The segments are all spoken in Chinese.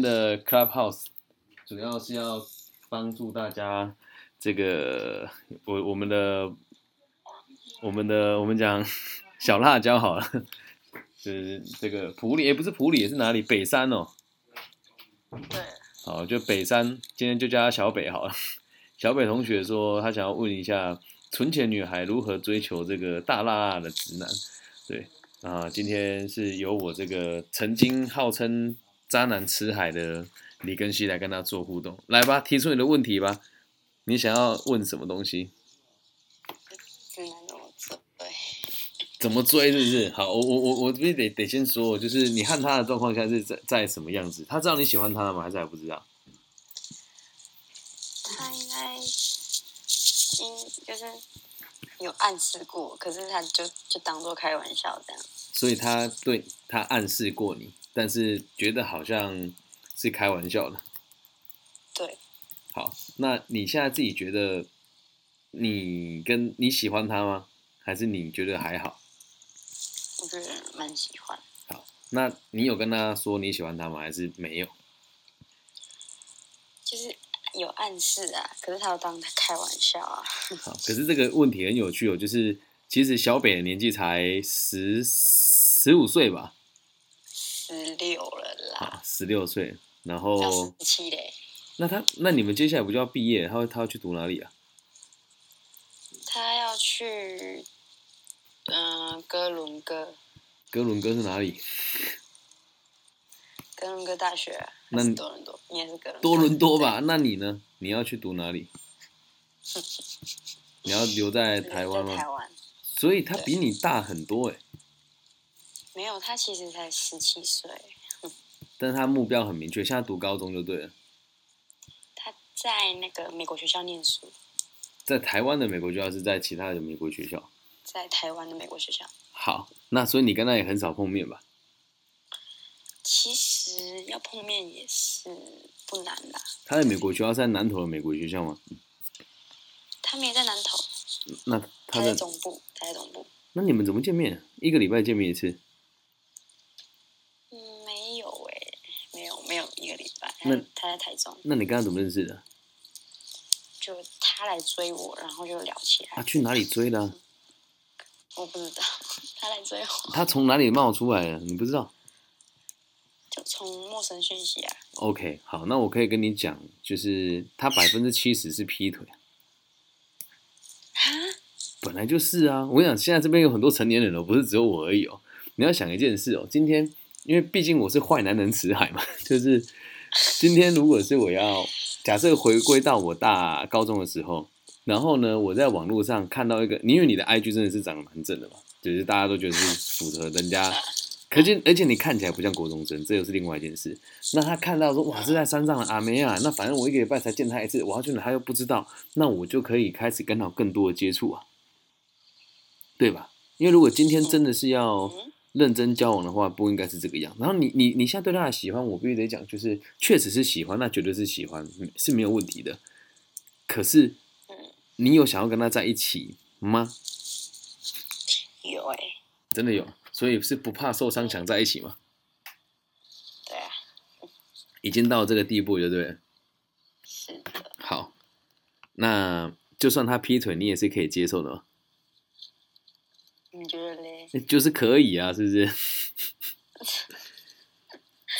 的 Clubhouse 主要是要帮助大家，这个我我们的我们的我们讲小辣椒好了， 就是这个普里，也、不是普里，也是哪里？北山哦，对，好，就北山，今天就叫他小北好了。小北同学说，他想要问一下，存钱女孩如何追求这个大辣辣的直男？对啊，今天是由我这个曾经号称渣男痴海的李根熙来跟他做互动。来吧，提出你的问题吧，你想要问什么东西？只能怎么做？对，怎么追是不是？好，我我我我这边得得先说，就是你和他的状况下是在在什么样子？他知道你喜欢他了吗？还是还不知道？他应该应就是有暗示过，可是他就就当做开玩笑这样。所以他对他暗示过你，但是觉得好像是开玩笑的。对，好，那你现在自己觉得你跟你喜欢他吗？还是你觉得还好？我觉得蛮喜欢，那你有跟他说你喜欢他吗？还是没有？就是有暗示啊，可是他要当他开玩笑啊。好，可是这个问题很有趣哦，就是其实小北的年纪才十十五岁吧，十六了啦，啊，十六岁，然要后十七嘞。那他那你们接下来不就要毕业？他会他要去读哪里啊？他要去，嗯、哥伦哥，哥伦哥是哪里？哥伦哥大学啊、那还是你多伦多，应该是哥伦多伦多吧。吧？那你呢？你要去读哪里？你要留在对台湾在台吗？湾所以他比你大很多哎、没有，他其实才十七岁，但是他目标很明确，现在读高中就对了，他在那个美国学校念书，在台湾的美国学校是在其他的美国学校。在台湾的美国学校。好，那所以你跟他也很少碰面吧？其实要碰面也是不难啦，他的美国学校是在南投的美国学校吗？他们也在南投，那他他在在总部，他在总部。那你们怎么见面？一个礼拜见面一次？嗯，没有诶、没有没有一个礼拜，他那他在台中，那你跟他怎么认识的？就他来追我，然后就聊起来。他去哪里追的啊、我不知道， 他来追我，他从哪里冒出来的？你不知道？就从陌生讯息啊， OK，好，那我可以跟你讲，就是他百分之七十是劈腿，哈，本来就是啊。我跟你讲，现在这边有很多成年人了，不是只有我而已哦。你要想一件事哦，今天因为毕竟我是坏男人辞海嘛， 就是今天如果是我要假设回归到我大高中的时候，然后呢，我在网络上看到一个，因为你的 IG 真的是长得蛮正的嘛，就是大家都觉得是符合人家，可见而且你看起来不像国中生，这又是另外一件事。那他看到说哇，这在山上的阿梅啊，那反正我一个礼拜才见他一次，我要去哪他又不知道，那我就可以开始跟他有更多的接触啊，对吧？因为如果今天真的是要嗯，认真交往的话，不应该是这个样。然后你你你现在对他的喜欢，我必须得讲，就是确实是喜欢，那绝对是喜欢，嗯是没有问题的。可是嗯，你有想要跟他在一起吗？有欸诶、真的有，所以是不怕受伤，想在一起吗？对啊，已经到这个地步，就对了。是的，好，那就算他劈腿，你也是可以接受的嘛，你觉得嘞？就是可以啊，是不 是？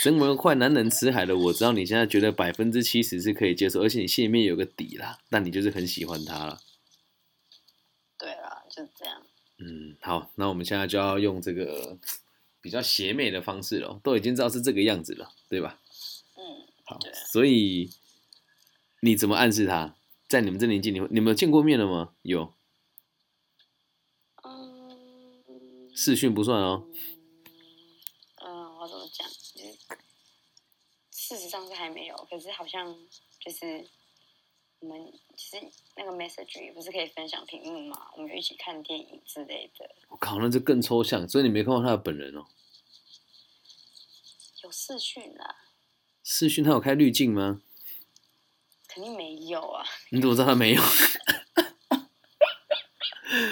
身为坏男人辞海的我，知道你现在觉得百分之七十是可以接受，而且你心里面有个底啦，但你就是很喜欢他了。对啦，就这样。嗯，好，那我们现在就要用这个比较邪魅的方式了，都已经知道是这个样子了，对吧？嗯，好对啊，所以你怎么暗示他？在你们这年纪，你们你们有见过面了吗？有，嗯，视讯不算哦。嗯，嗯，我怎么讲？就是事实上是还没有，可是好像就是我们就是那个 message 不是可以分享屏幕嘛？我们一起看电影之类的，我靠，那就更抽象，所以你没看过他的本人哦。有视讯啊啦，视讯他有开滤镜吗？肯定没有啊。你怎么知道他没有？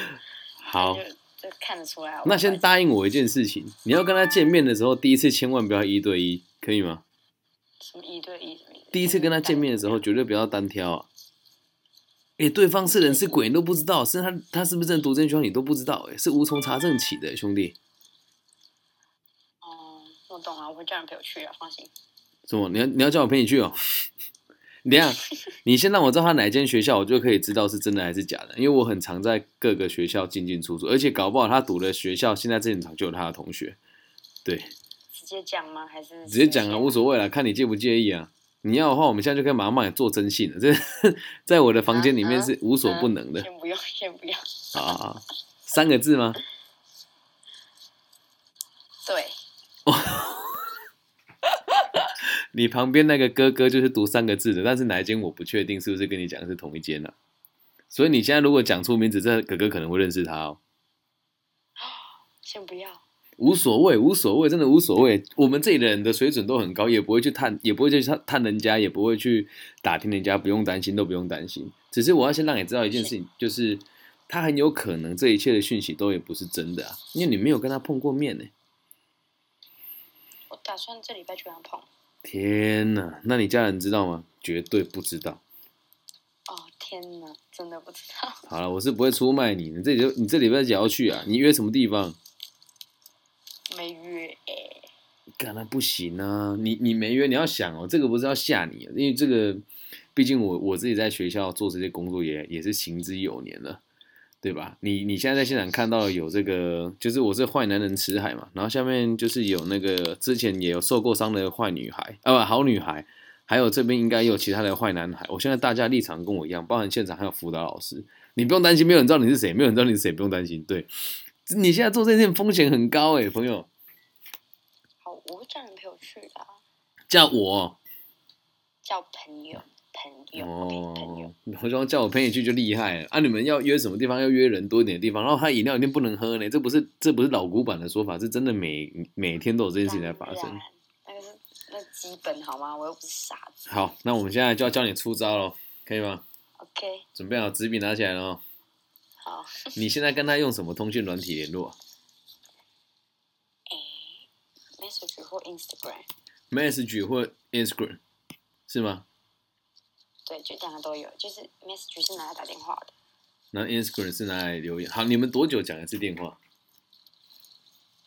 好，就就看得出来。啊那先大答应我一件事情，你要跟他见面的时候，第一次千万不要一对一，可以吗？什么一对一什么意思？第一次跟他见面的时候，绝对不要单挑啊！诶、对方是人是鬼你都不知道，是他他是不是真的独占圈你都不知道、诶，是无从查证起的、兄弟。哦，我懂了，我会叫人陪我去啊，放心。什么？你要你要叫我陪你去哦？ 等一下，你先让我知道他哪间学校，我就可以知道是真的还是假的，因为我很常在各个学校进进出出，而且搞不好他读的学校现在这现场就有他的同学。对，直接讲吗？还是直接讲啊，无所谓了，看你介不介意啊。你要的话，我们现在就可以马上帮你做征信了。这 在我的房间里面是无所不能的先不用，先不用。啊啊！啊三个字吗？对，你旁边那个哥哥就是读三个字的，但是哪一间我不确定是不是跟你讲的是同一间啊。所以你现在如果讲出名字，这哥哥可能会认识他哦。先不要。无所谓，无所谓，真的无所谓。我们这里的人的水准都很高，也不会去探，也不会去探探人家，也不会去打听人家，不用担心，都不用担心。只是我要先让你知道一件事情，就是他很有可能这一切的讯息都也不是真的啊，因为你没有跟他碰过面呢、我打算这礼拜去跟他碰。天哪，那你家人知道吗？绝对不知道。哦天哪，真的不知道。好了，我是不会出卖你，你这里就你这礼拜也要去啊？你约什么地方？没约诶、干那不行啊！你你没约，你要想哦，这个不是要吓你，因为这个，毕竟我我自己在学校做这些工作也也是行之有年了，对吧？你你现在在现场看到有这个，就是我是坏男人池海嘛，然后下面就是有那个之前也有受过伤的坏女孩啊，不好女孩，还有这边应该也有其他的坏男孩。我现在大家立场跟我一样，包含现场还有辅导老师，你不用担心，没有人知道你是谁，没有人知道你是谁，不用担心。对，你现在做这件风险很高诶、朋友，好，我会叫人陪我去的啊、叫我哦。叫朋友，朋友，哦，朋友。我说叫我陪你去就厉害了啊！你们要约什么地方？要约人多一点的地方。然后他饮料一定不能喝呢，这不是这不是老古板的说法，是真的每每天都有这件事情在发当生然。，那个是那基本好吗？我又不是傻子。好，那我们现在就要教你出招喽，可以吗？ OK，准备好纸笔拿起来了哦。好。 你现在跟他用什么通讯软体联络啊诶、m e s s a g e 或 Instagram， ？Message 或 Instagram 是吗？对，就两个都有。就是 Message 是拿来打电话的，然后 Instagram 是拿来留言。好，你们多久讲一次电话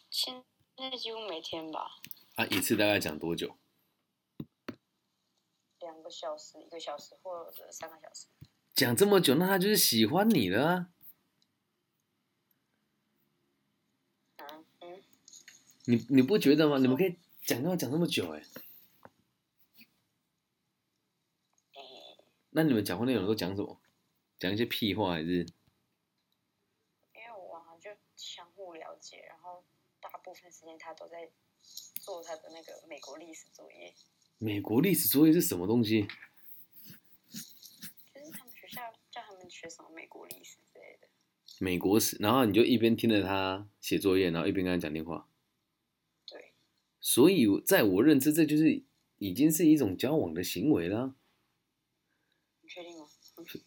现在几乎每天吧，啊？一次大概讲多久？两个小时、一个小时或者三个小时。讲这么久，那他就是喜欢你了啊！嗯嗯，你你不觉得吗？你们可以讲电话讲那么久哎、诶、那你们讲话内容都讲什么？讲一些屁话还是？因为我啊就相互了解，然后大部分时间他都在做他的那个美国历史作业，美国历史作业是什么东西？就是他们学校叫他们学什么美国历史之类的。美国史，然后你就一边听着他写作业，然后一边跟他讲电话。对，所以我，在我认知，这就是已经是一种交往的行为啦。你确定吗？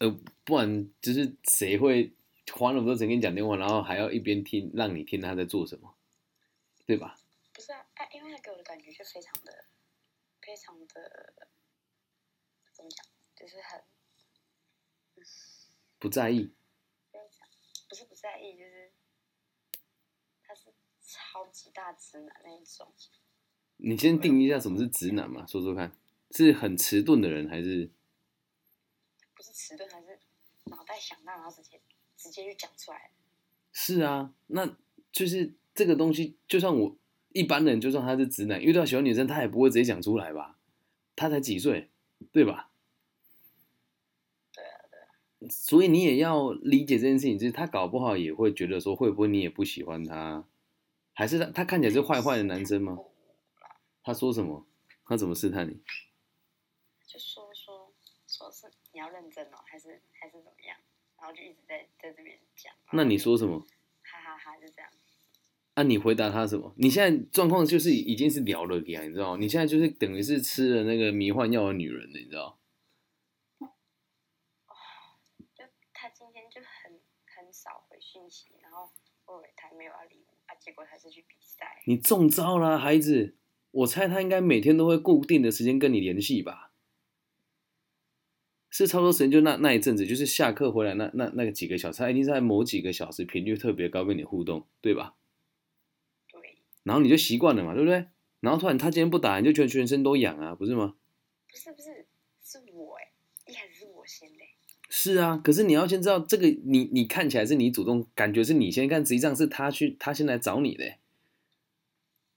呃，不然就是谁会花那么多时间跟你讲电话，然后还要一边听，让你听他在做什么，对吧？不是啊，哎、因为他给我的感觉就非常的、非常的怎么讲，就是很不在意，非常不是不在意，就是他是超级大直男那一种，你先定义一下什么是直男嘛，说说看，是很迟钝的人还是？不是迟钝，还是脑袋想到然后直接直接就讲出来。是啊，那就是这个东西，就算我一般人，就算他是直男，遇到喜欢女生，他也不会直接讲出来吧？他才几岁，对吧？对啊，对啊。所以你也要理解这件事情，就是他搞不好也会觉得说，会不会你也不喜欢他？还是他他看起来是坏坏的男生吗？他说什么？他怎么试探你？就说说说是你要认真哦，还是还是怎么样？然后就一直在在这边讲。那你说么？什么？哈哈哈，就这样。那、你回答他什么？你现在状况就是已经是聊了给啊，你知道吗？你现在就是等于是吃了那个迷幻药的女人了，你知道吗？就他今天就很很少回讯息，然后我以为他没有要理我啊，结果他是去比赛。你中招啦、孩子！我猜他应该每天都会固定的时间跟你联系吧？是差不多时间就那那一阵子，就是下课回来那那那个几个小时，他一定是在某几个小时频率特别高跟你互动，对吧？对，然后你就习惯了嘛，对不对？然后突然他今天不打，你就觉得全身都痒啊，不是吗？不是不是，是我哎、一开始是我先的欸、是啊，可是你要先知道这个，你你看起来是你主动，感觉是你先看，实际上是他去他先来找你的欸，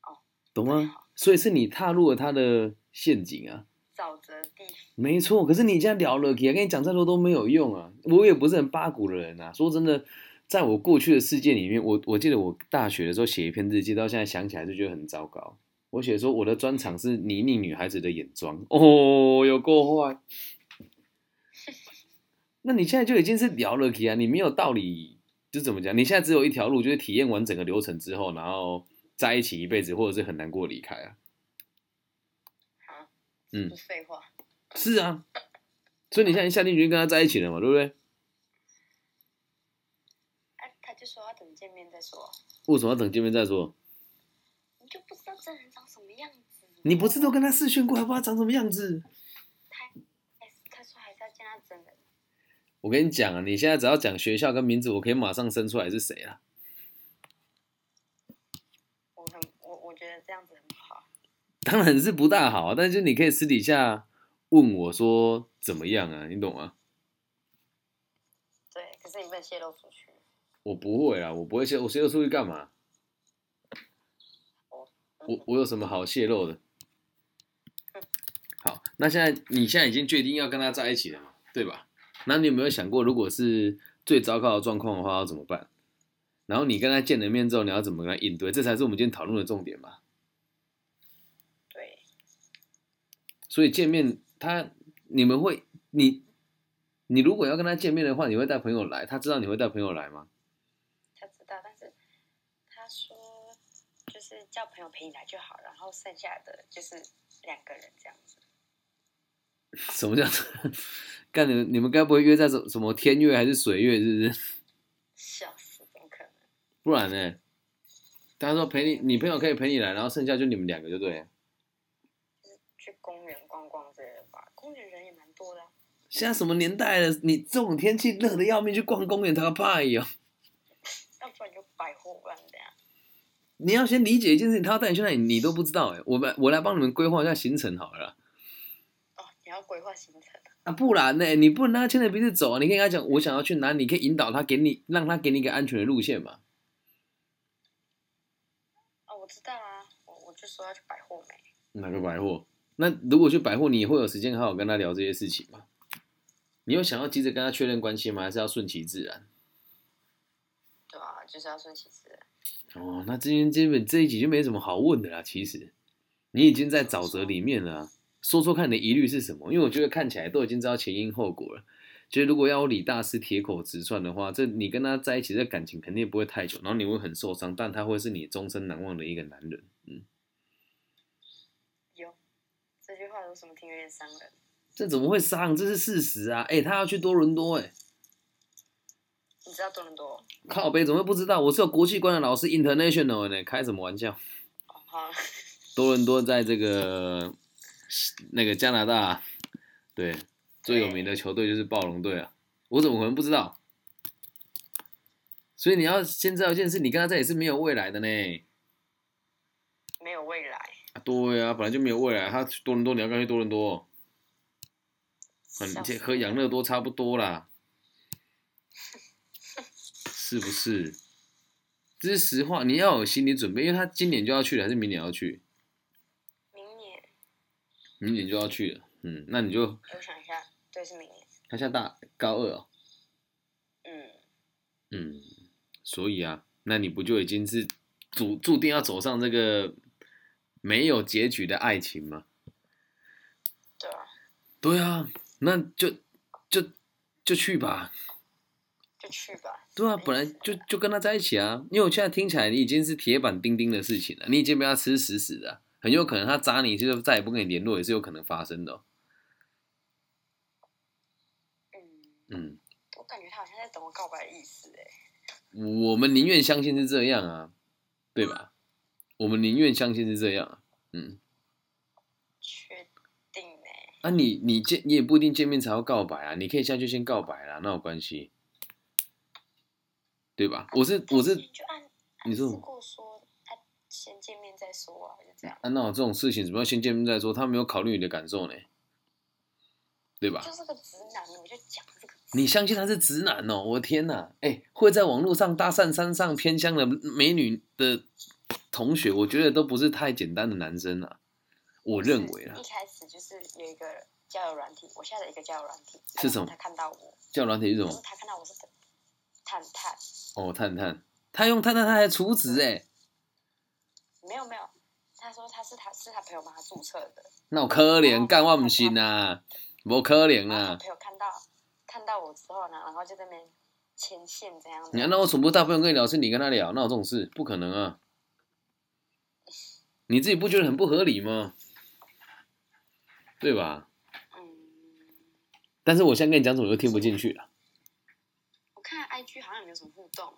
哦懂吗？所以是你踏入了他的陷阱啊，沼泽地没错。可是你现在聊了，也跟你讲再多都没有用啊。我也不是很八股的人啊，说真的，在我过去的世界里面，我我记得我大学的时候写一篇日记，到现在想起来就觉得很糟糕。我写说我的专长是泥泞女孩子的眼妆，哦，有够坏。那你现在就已经是聊了 k 啊，你没有道理，就怎么讲？你现在只有一条路，就是体验完整个流程之后，然后在一起一辈子，或者是很难过离开啊。啊，嗯不是废话，是啊，所以你现在下定决心跟他在一起了嘛，对不对？哎、他就说要等见面再说，为什么要等见面再说？你就不知道真人长什么样子。你不是都跟他试训过，还不知道长什么样子？他还是他说还是要见他真人，我跟你讲啊，你现在只要讲学校跟名字，我可以马上生出来是谁啊。我很我我觉得这样子很不好，当然是不大好啊，但是你可以私底下问我说怎么样啊，你懂吗？对，可是你不能泄露出去，我不会啊，我不会泄，我泄露出去干嘛？我我有什么好泄露的？好，那现在你现在已经决定要跟他在一起了嘛，对吧？那你有没有想过，如果是最糟糕的状况的话，要怎么办？然后你跟他见了面之后，你要怎么跟他应对？这才是我们今天讨论的重点嘛。对，所以见面，他你们会，你你如果要跟他见面的话，你会带朋友来，他知道你会带朋友来吗？他知道，但是他说就是叫朋友陪你来就好，然后剩下的就是两个人这样子。什么叫干你们？你们该不会约在什什么天月还是水月，是 不是？笑死，怎么可能？不然呢？他说陪你，你朋友可以陪你来，然后剩下就你们两个就对了。去公园逛逛之类的吧，公园人也蛮多的啊、现在什么年代了？你这种天气热的要命，去逛公园他个屁哦！要不然就百货，不然怎样？你要先理解一件事情，他要带你去哪里，你都不知道哎、我们我来帮你们规划一下行程好了啦。哦，你要规划行程啊，啊，不然呢、你不能让他牵着鼻子走啊！你可以跟他讲，我想要去哪里，你可以引导他，给你让他给你一个安全的路线嘛。哦，我知道啊，我我就说要去百货没，哪个百货？那如果去百货，你也会有时间好好跟他聊这些事情吗？你有想要急着跟他确认关系吗？还是要顺其自然？对啊，就是要顺其自然。哦，那今天基本这一集就没什么好问的啦。其实你已经在沼泽里面了啊、说说看你的疑虑是什么？因为我觉得看起来都已经知道前因后果了。就是如果要我李大师铁口直断的话，这你跟他在一起，这感情肯定不会太久，然后你会很受伤，但他会是你终身难忘的一个男人。嗯，有这句话有什么听有点伤人？这怎么会伤？这是事实啊！哎、他要去多伦多、欸，哎，你知道多伦多哦？靠北怎么会不知道？我是有国际观的老师，international 呢、开什么玩笑？哦好，多伦多在这个那个加拿大，对最有名的球队就是暴龙队啊，我怎么可能不知道？所以你要先知道一件事，你跟他在也是没有未来的呢。没有未来，啊对啊，本来就没有未来。他去多伦多，你要跟他去多伦多，很笑这死和养乐多差不多 啦，是不是？这是实话，你要有心理准备，因为他今年就要去了，还是明年要去？明年明年就要去了，嗯，那你就我想一下，对，是明年。他现在大高二哦，嗯，嗯，所以啊，那你不就已经是注注定要走上这个没有结局的爱情吗？对啊，对啊，那就就就去吧。就去吧。对啊，本来就就跟他在一起啊，因为我现在听起来你已经是铁板钉钉的事情了，你已经被他吃死死的啊、很有可能他扎你一次就再也不跟你联络，也是有可能发生的哦、嗯，嗯，我感觉他好像在等我告白的意思哎。我们宁愿相信是这样啊，对吧？我们宁愿相信是这样啊，嗯，欸啊你，你见你也不一定见面才要告白啊，你可以下去先告白啦，那有关系，对吧？我是我是你就按你说什么按试过说，他先见面再说啊，就这样。啊，那我这种事情怎么要先见面再说？他没有考虑你的感受呢，对吧？就是个直男，我就讲这个直男。嗯你相信他是直男哦？我的天哪！哎、会在网络上搭讪山上偏乡的美女的同学，我觉得都不是太简单的男生啊。我认为啊一，开始就是有一个交友软体，我下载一个交友软体，是什么他看到我，叫软体是什不么是？他看到我是探探，哦，探探，他用探探他还除职哎，没有没有，他说他是他是他朋友帮他注册的，那我可怜干我唔信啊，无可怜然后他啊！朋友看到看到我之后呢，然后就在那边牵线怎样的你看、那我全部大部分跟你聊是你跟他聊，那有这种事不可能啊！你自己不觉得很不合理吗？对吧？嗯，但是我现在跟你讲什么又听不进去了，我看 IG 好像也没有什么互动，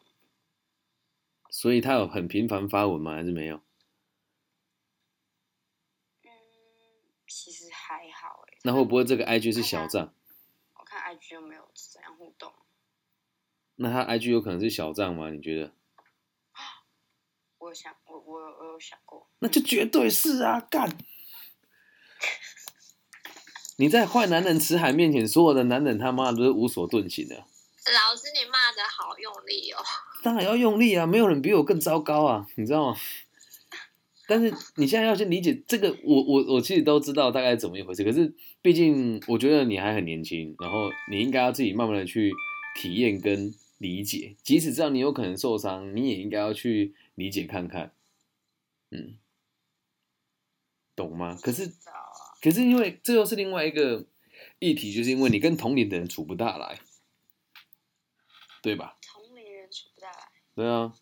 所以他有很频繁发文吗？还是没有？嗯，其实还好哎、那会不会这个 IG 是小账？我看 IG 又没有怎样互动，那他 IG 有可能是小账吗？你觉得？我有想我我有我有想过，那就绝对是啊！干！你在坏男人辞海面前，所有的男人他妈都是无所遁形的。老师，你骂的好用力哦。当然要用力啊，没有人比我更糟糕啊，你知道吗？但是你现在要先理解这个，我我我其实都知道大概怎么一回事，可是毕竟我觉得你还很年轻，然后你应该要自己慢慢的去体验跟理解，即使知道你有可能受伤，你也应该要去理解看看，嗯，懂吗？嗯可是不知道啊，可是因为这又是另外一个议题，就是因为你跟同龄的人处不大来，对吧？同龄人处不大来，对啊，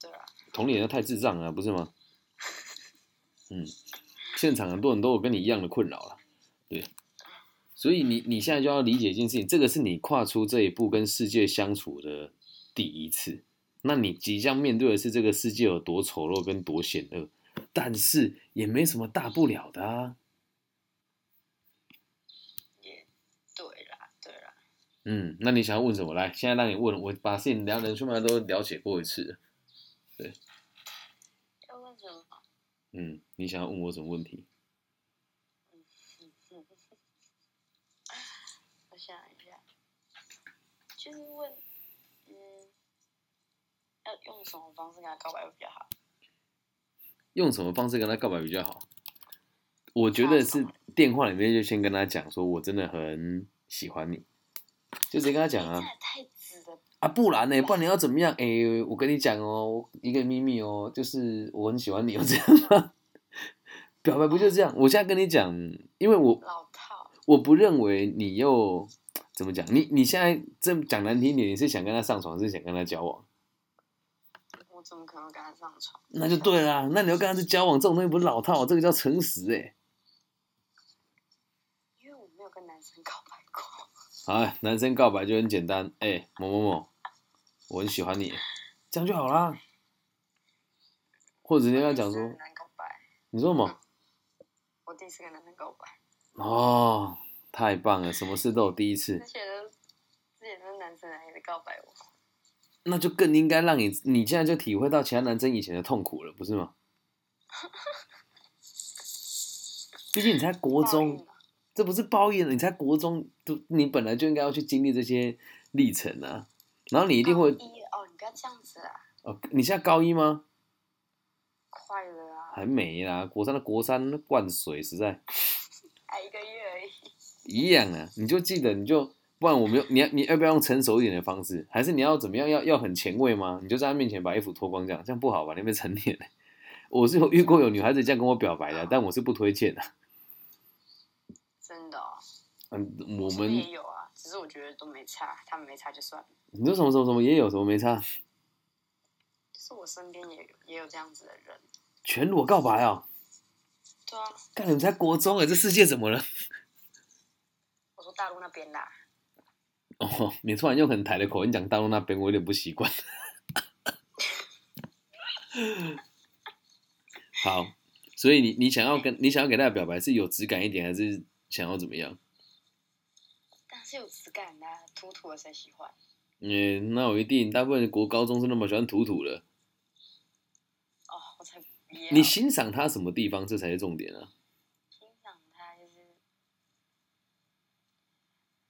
对啊，同龄人太智障了，不是吗？嗯，现场很多人都有跟你一样的困扰了，对，所以你你现在就要理解一件事情，这个是你跨出这一步跟世界相处的第一次，那你即将面对的是这个世界有多丑陋跟多险恶，但是也没什么大不了的啊，也对啦，对啦，嗯，那你想要问什么？来，现在让你问，我把事情聊人出门都了解过一次了，要问什么？嗯，你想要问我什么问题？嗯 我想一下，就是问，嗯，要用什么方式跟他告白会比较好？用什么方式跟他告白比较好？我觉得是电话里面就先跟他讲说，我真的很喜欢你，就直接跟他讲哎啊这也太直了吧，啊，不然呢、不然你要怎么样？哎、我跟你讲哦，一个秘密哦，就是我很喜欢你哦，这样吗？ 表白不就这样？我现在跟你讲，因为我老套，我不认为你又怎么讲，你你现在这么讲难听一点，你是想跟他上床，是想跟他交往，我怎么可能跟他上床？那就对啦。那你要跟他去交往，这种东西不是老套，这个叫诚实哎、因为我没有跟男生告白过，啊，男生告白就很简单，哎、某某某，我很喜欢你，这样就好啦。或 者你你跟他讲说，难告白，你说什么？我第一次跟男生告白，哦，太棒了，什么事都有第一次之，前都之前都是男生来一直告白我，那就更应该让你，你现在就体会到其他男生以前的痛苦了，不是吗？毕竟你才国 报应中，啊这不是抱怨，你才国中，就你本来就应该要去经历这些历程啊。然后你一定会，高一哦，你不要这样子啊，哦，你现在高一吗？快了啊，还没啦，国三的国三灌水实在还一个月而已，一样啊！你就记得，你就不然我们用你要你要不要用成熟一点的方式，还是你要怎么样？要要很前卫吗？你就在他面前把衣服脱光，这样这样不好吧？你被成年了。 我是有遇过有女孩子这样跟我表白的，啊但我是不推荐的。啊真的哦，嗯，我是不是们也有啊，只是我觉得都没差，他们没差就算了。你说什么什么什么也有什么没差，就是我身边也有也有这样子的人，全裸告白啊！对啊，干，你们才国中哎、这世界怎么了？我说大陆那边啦，哦，你突然用很台的口音讲大陆那边，我有点不习惯。好，所以你你想要跟你想要给大家表白是有质感一点，还是想要怎么样？但是有质感的、啊，土土的谁喜欢？嗯，那我一定，大部分的国高中生都蛮喜欢土土的。哦，我才不要。你欣赏他什么地方，这才是重点啊！欣赏他就是，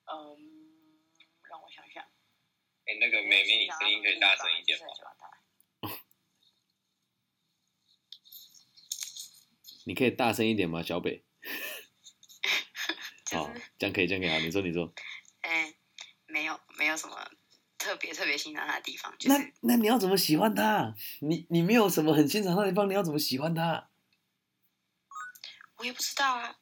嗯，让我想想。哎、那个妹妹，你声音可以大声一点吗？吗？你可以大声一点吗，小北？就好是，这样可以，这样可以啊！好你说，你说。哎、没有没有什么特别特别欣赏他的地方，就那是那你要怎么喜欢他？你你没有什么很欣赏他的地方，你要怎么喜欢他？我也不知道啊。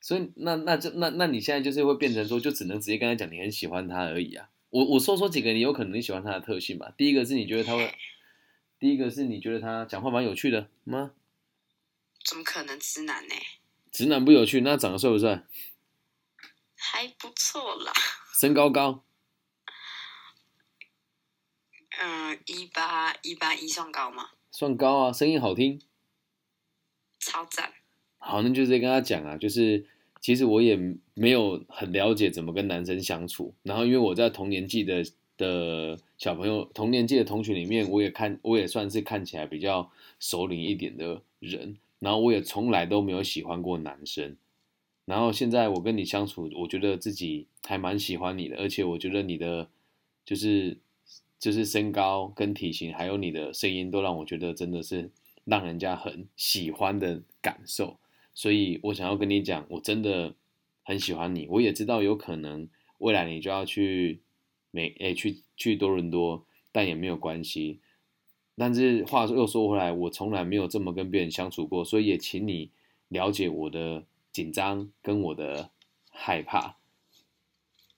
所以那那就那那你现在就是会变成说，就只能直接跟他讲你很喜欢他而已啊。我我说说几个你有可能你喜欢他的特性吧。第一个是你觉得他会，第一个是你觉得他讲话蛮有趣的吗？怎么可能直男呢、直男不有趣，那长得帅不帅？还不错啦，身高高，嗯，一八一八一算高吗？算高啊，声音好听。超赞，好，那就直接跟他讲啊，就是其实我也没有很了解怎么跟男生相处，然后因为我在同年纪的的小朋友、同年纪的同学里面，我也看我也算是看起来比较熟龄一点的人，然后我也从来都没有喜欢过男生，然后现在我跟你相处，我觉得自己还蛮喜欢你的，而且我觉得你的就是就是身高跟体型，还有你的声音，都让我觉得真的是让人家很喜欢的感受。所以我想要跟你讲，我真的很喜欢你。我也知道有可能未来你就要去美诶、去去多伦多，但也没有关系。但是话又说回来，我从来没有这么跟别人相处过，所以也请你了解我的紧张跟我的害怕。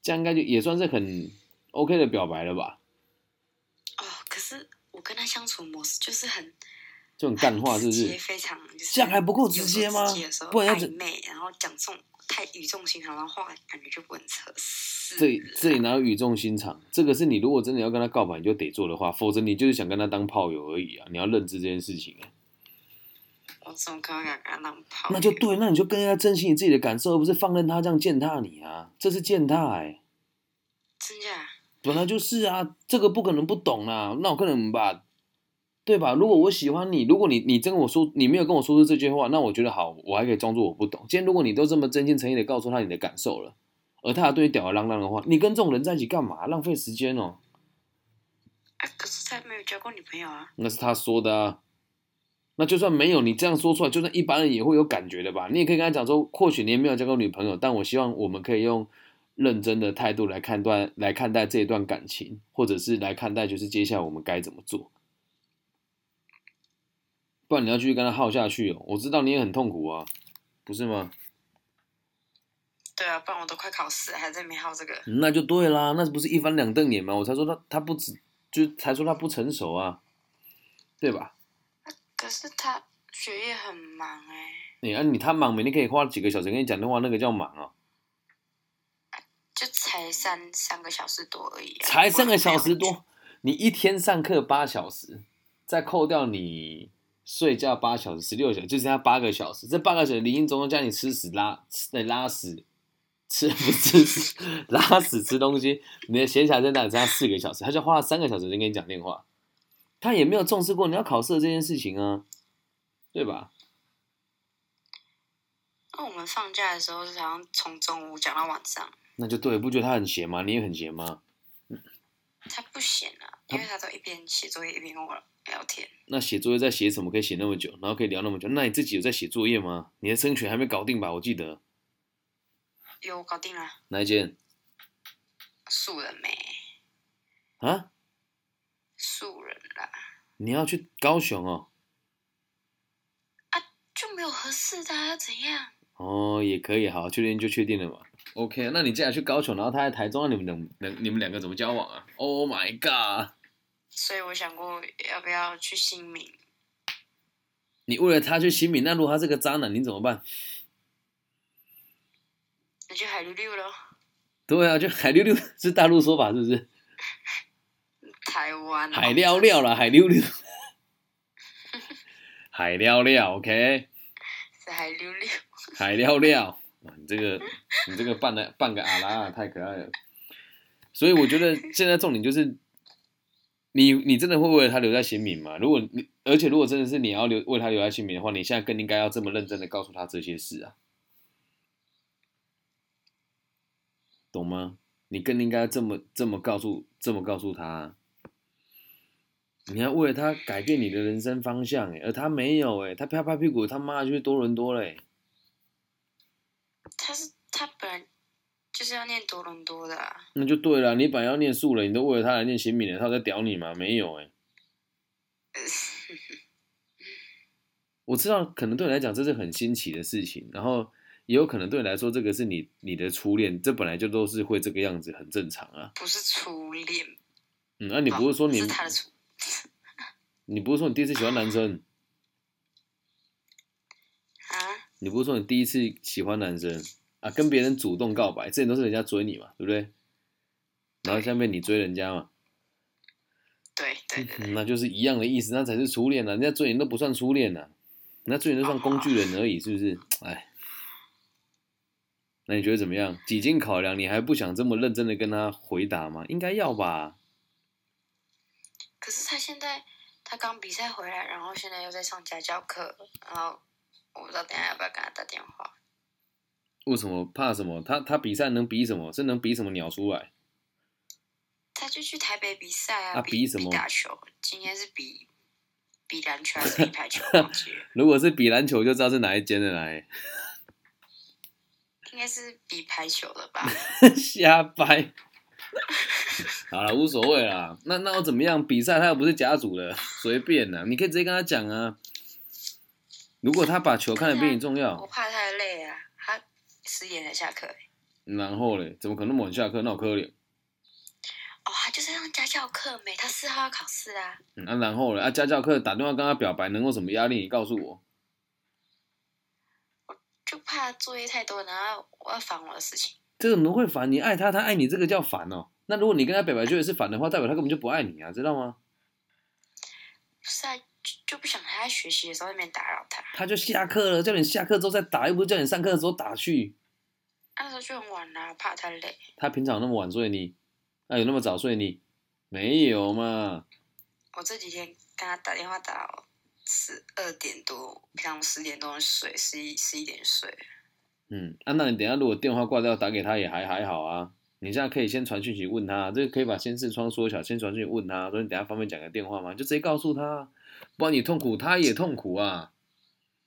这样应该就也算是很 OK 的表白了吧？哦。可是我跟他相处模式就是很这种干话是不 很直接是？非常就是这样还不够直接吗有时候直接的时候不然要怎暧昧，然后讲这种太语重心长的话，感觉就不很合适。这这里哪有语重心长？这个是你如果真的要跟他告白，你就得做的话，否则你就是想跟他当炮友而已啊！你要认知这件事情啊。我怎么可能敢跟他浪跑？啊那就对，那你就更加珍惜你自己的感受，而不是放任他这样践踏你啊！这是践踏哎、真假？本来就是啊，这个不可能不懂啊，那我可能吧，对吧？如果我喜欢你，如果你你真跟我说你没有跟我说出这句话，那我觉得好，我还可以装作我不懂。今天如果你都这么真心诚意的告诉他你的感受了，而他还对你吊儿郎当的话，你跟这种人在一起干嘛？浪费时间哦！啊，可是他没有交过女朋友啊。那是他说的啊。那就算没有，你这样说出来，就算一般人也会有感觉的吧？你也可以跟他讲说，或许你也没有交过女朋友，但我希望我们可以用认真的态度来看待来看待这一段感情，或者是来看待就是接下来我们该怎么做。不然你要继续跟他耗下去哦，我知道你也很痛苦啊，不是吗？对啊，不然我都快考试了，还在没好这个。那就对啦，那不是一翻两瞪眼吗？我才说他他不只就才说他不成熟啊，对吧？可是他学业很忙哎、你、啊，你他忙，每天可以花几个小时跟你讲电话，那个叫忙啊。就才三三个小时多而已、啊，才三个小时多，你一天上课八小时，再扣掉你睡觉八小时，十六小时，就剩下八个小时。这八个小时零零总总叫你吃屎拉，吃对拉屎，吃不吃屎 拉屎吃东西，你的闲暇在那里只剩下四个小时，他就花了三个小时在跟你讲电话，他也没有重视过你要考试的这件事情啊，对吧？那我们放假的时候，就是好像从中午讲到晚上，那就对，不觉得他很闲吗？你也很闲吗？他不闲啊，因为他都一边写作业一边跟我聊天。那写作业在写什么？可以写那么久，然后可以聊那么久。那你自己有在写作业吗？你的升学还没搞定吧？我记得有搞定了，哪一间素人没，啊？素人啦，你要去高雄哦？就没有合适的、啊，要怎样？哦，也可以，好，确定就确定了嘛。OK，那你既然去高雄，然后他在台中，那你们两两你们两个怎么交往啊？Oh my god！所以我想过要不要去新民，你为了他去新民，那如果他是个渣男，你怎么办？那就海绿绿咯，对啊，就海溜 溜是大陆说法是不是？台湾哦海溜溜啦，海溜溜，海溜溜，OK，是海溜溜，海溜溜，哇你这个你这个半个半个阿拉啊太可爱了。所以我觉得现在重点就是，你你真的会为了他留在新民吗？如果你而且如果真的是你要留为他留在新民的话，你现在更应该要这么认真的告诉他这些事啊，懂吗？你更应该这么这么告诉这么告诉他啊、你要为了他改变你的人生方向欸，而他没有哎，他拍拍屁股他妈的就去多伦多欸嘞。他是他本来就是要念多伦多的、啊，那就对了，你本来要念素了，你都为了他来念新民了，他有在屌你吗？没有哎、呃我知道，可能对你来讲这是很新奇的事情，然后也有可能对你来说，这个是你你的初恋，这本来就都是会这个样子，很正常啊。不是初恋。嗯，那、你不是说你啊是他的初？你不是说你第一次喜欢男生，啊，你不是说你第一次喜欢男生啊，跟别人主动告白，之前都是人家追你嘛，对不对？然后下面你追人家嘛，对对对，嗯 那就是一样的意思，那才是初恋呐、啊人家追你都不算初恋呐、人家追你都算工具人而已，是不是？哎，那你觉得怎么样？几经考量，你还不想这么认真的跟他回答吗？应该要吧。可是他现在他刚比赛回来，然后现在又在上家教课，然后我不知道等一下要不要给他打电话。为什么怕什么？他他比赛能比什么？是能比什么鸟出来？他就去台北比赛啊，啊比比什么打球，今天是比比篮球还是比排球？忘记了，如果是比篮球，就知道是哪一间的来。哎应该是比排球了 吧？瞎掰。好了，无所谓啦。那那又怎么样？比赛他又不是甲组的，随便啦。你可以直接跟他讲啊。如果他把球看得比你重要我，怕太累啊，他十点才下课、欸。嗯然后嘞，怎么可能那么晚下课？那我可怜。哦，他就是上家教课没？他四号要考试啊。嗯，啊、然后嘞，啊，家教课打电话跟他表白，能有什么压力？你告诉我。就怕作业太多，然后我要烦我的事情。这个怎么会烦？你爱他，他爱你，这个叫烦哦。那如果你跟他表白觉得是烦的话，代表他根本就不爱你啊，知道吗？不是啊，就就不想他在学习的时候在那边打扰他。他就下课了，叫你下课之后再打，又不是叫你上课的时候打去。那时候就很晚啦、怕他累。他平常有那么晚睡你，啊，有那么早睡你？没有嘛。我这几天跟他打电话打到十二点多，平常十点多睡，十一十一点睡。嗯，啊，那你等一下如果电话挂掉，打给他也还还好啊。你现在可以先传讯息问他，这个可以把先视窗缩小，先传讯息问他，说你等一下方便讲个电话吗？就直接告诉他，不然你痛苦，他也痛苦啊。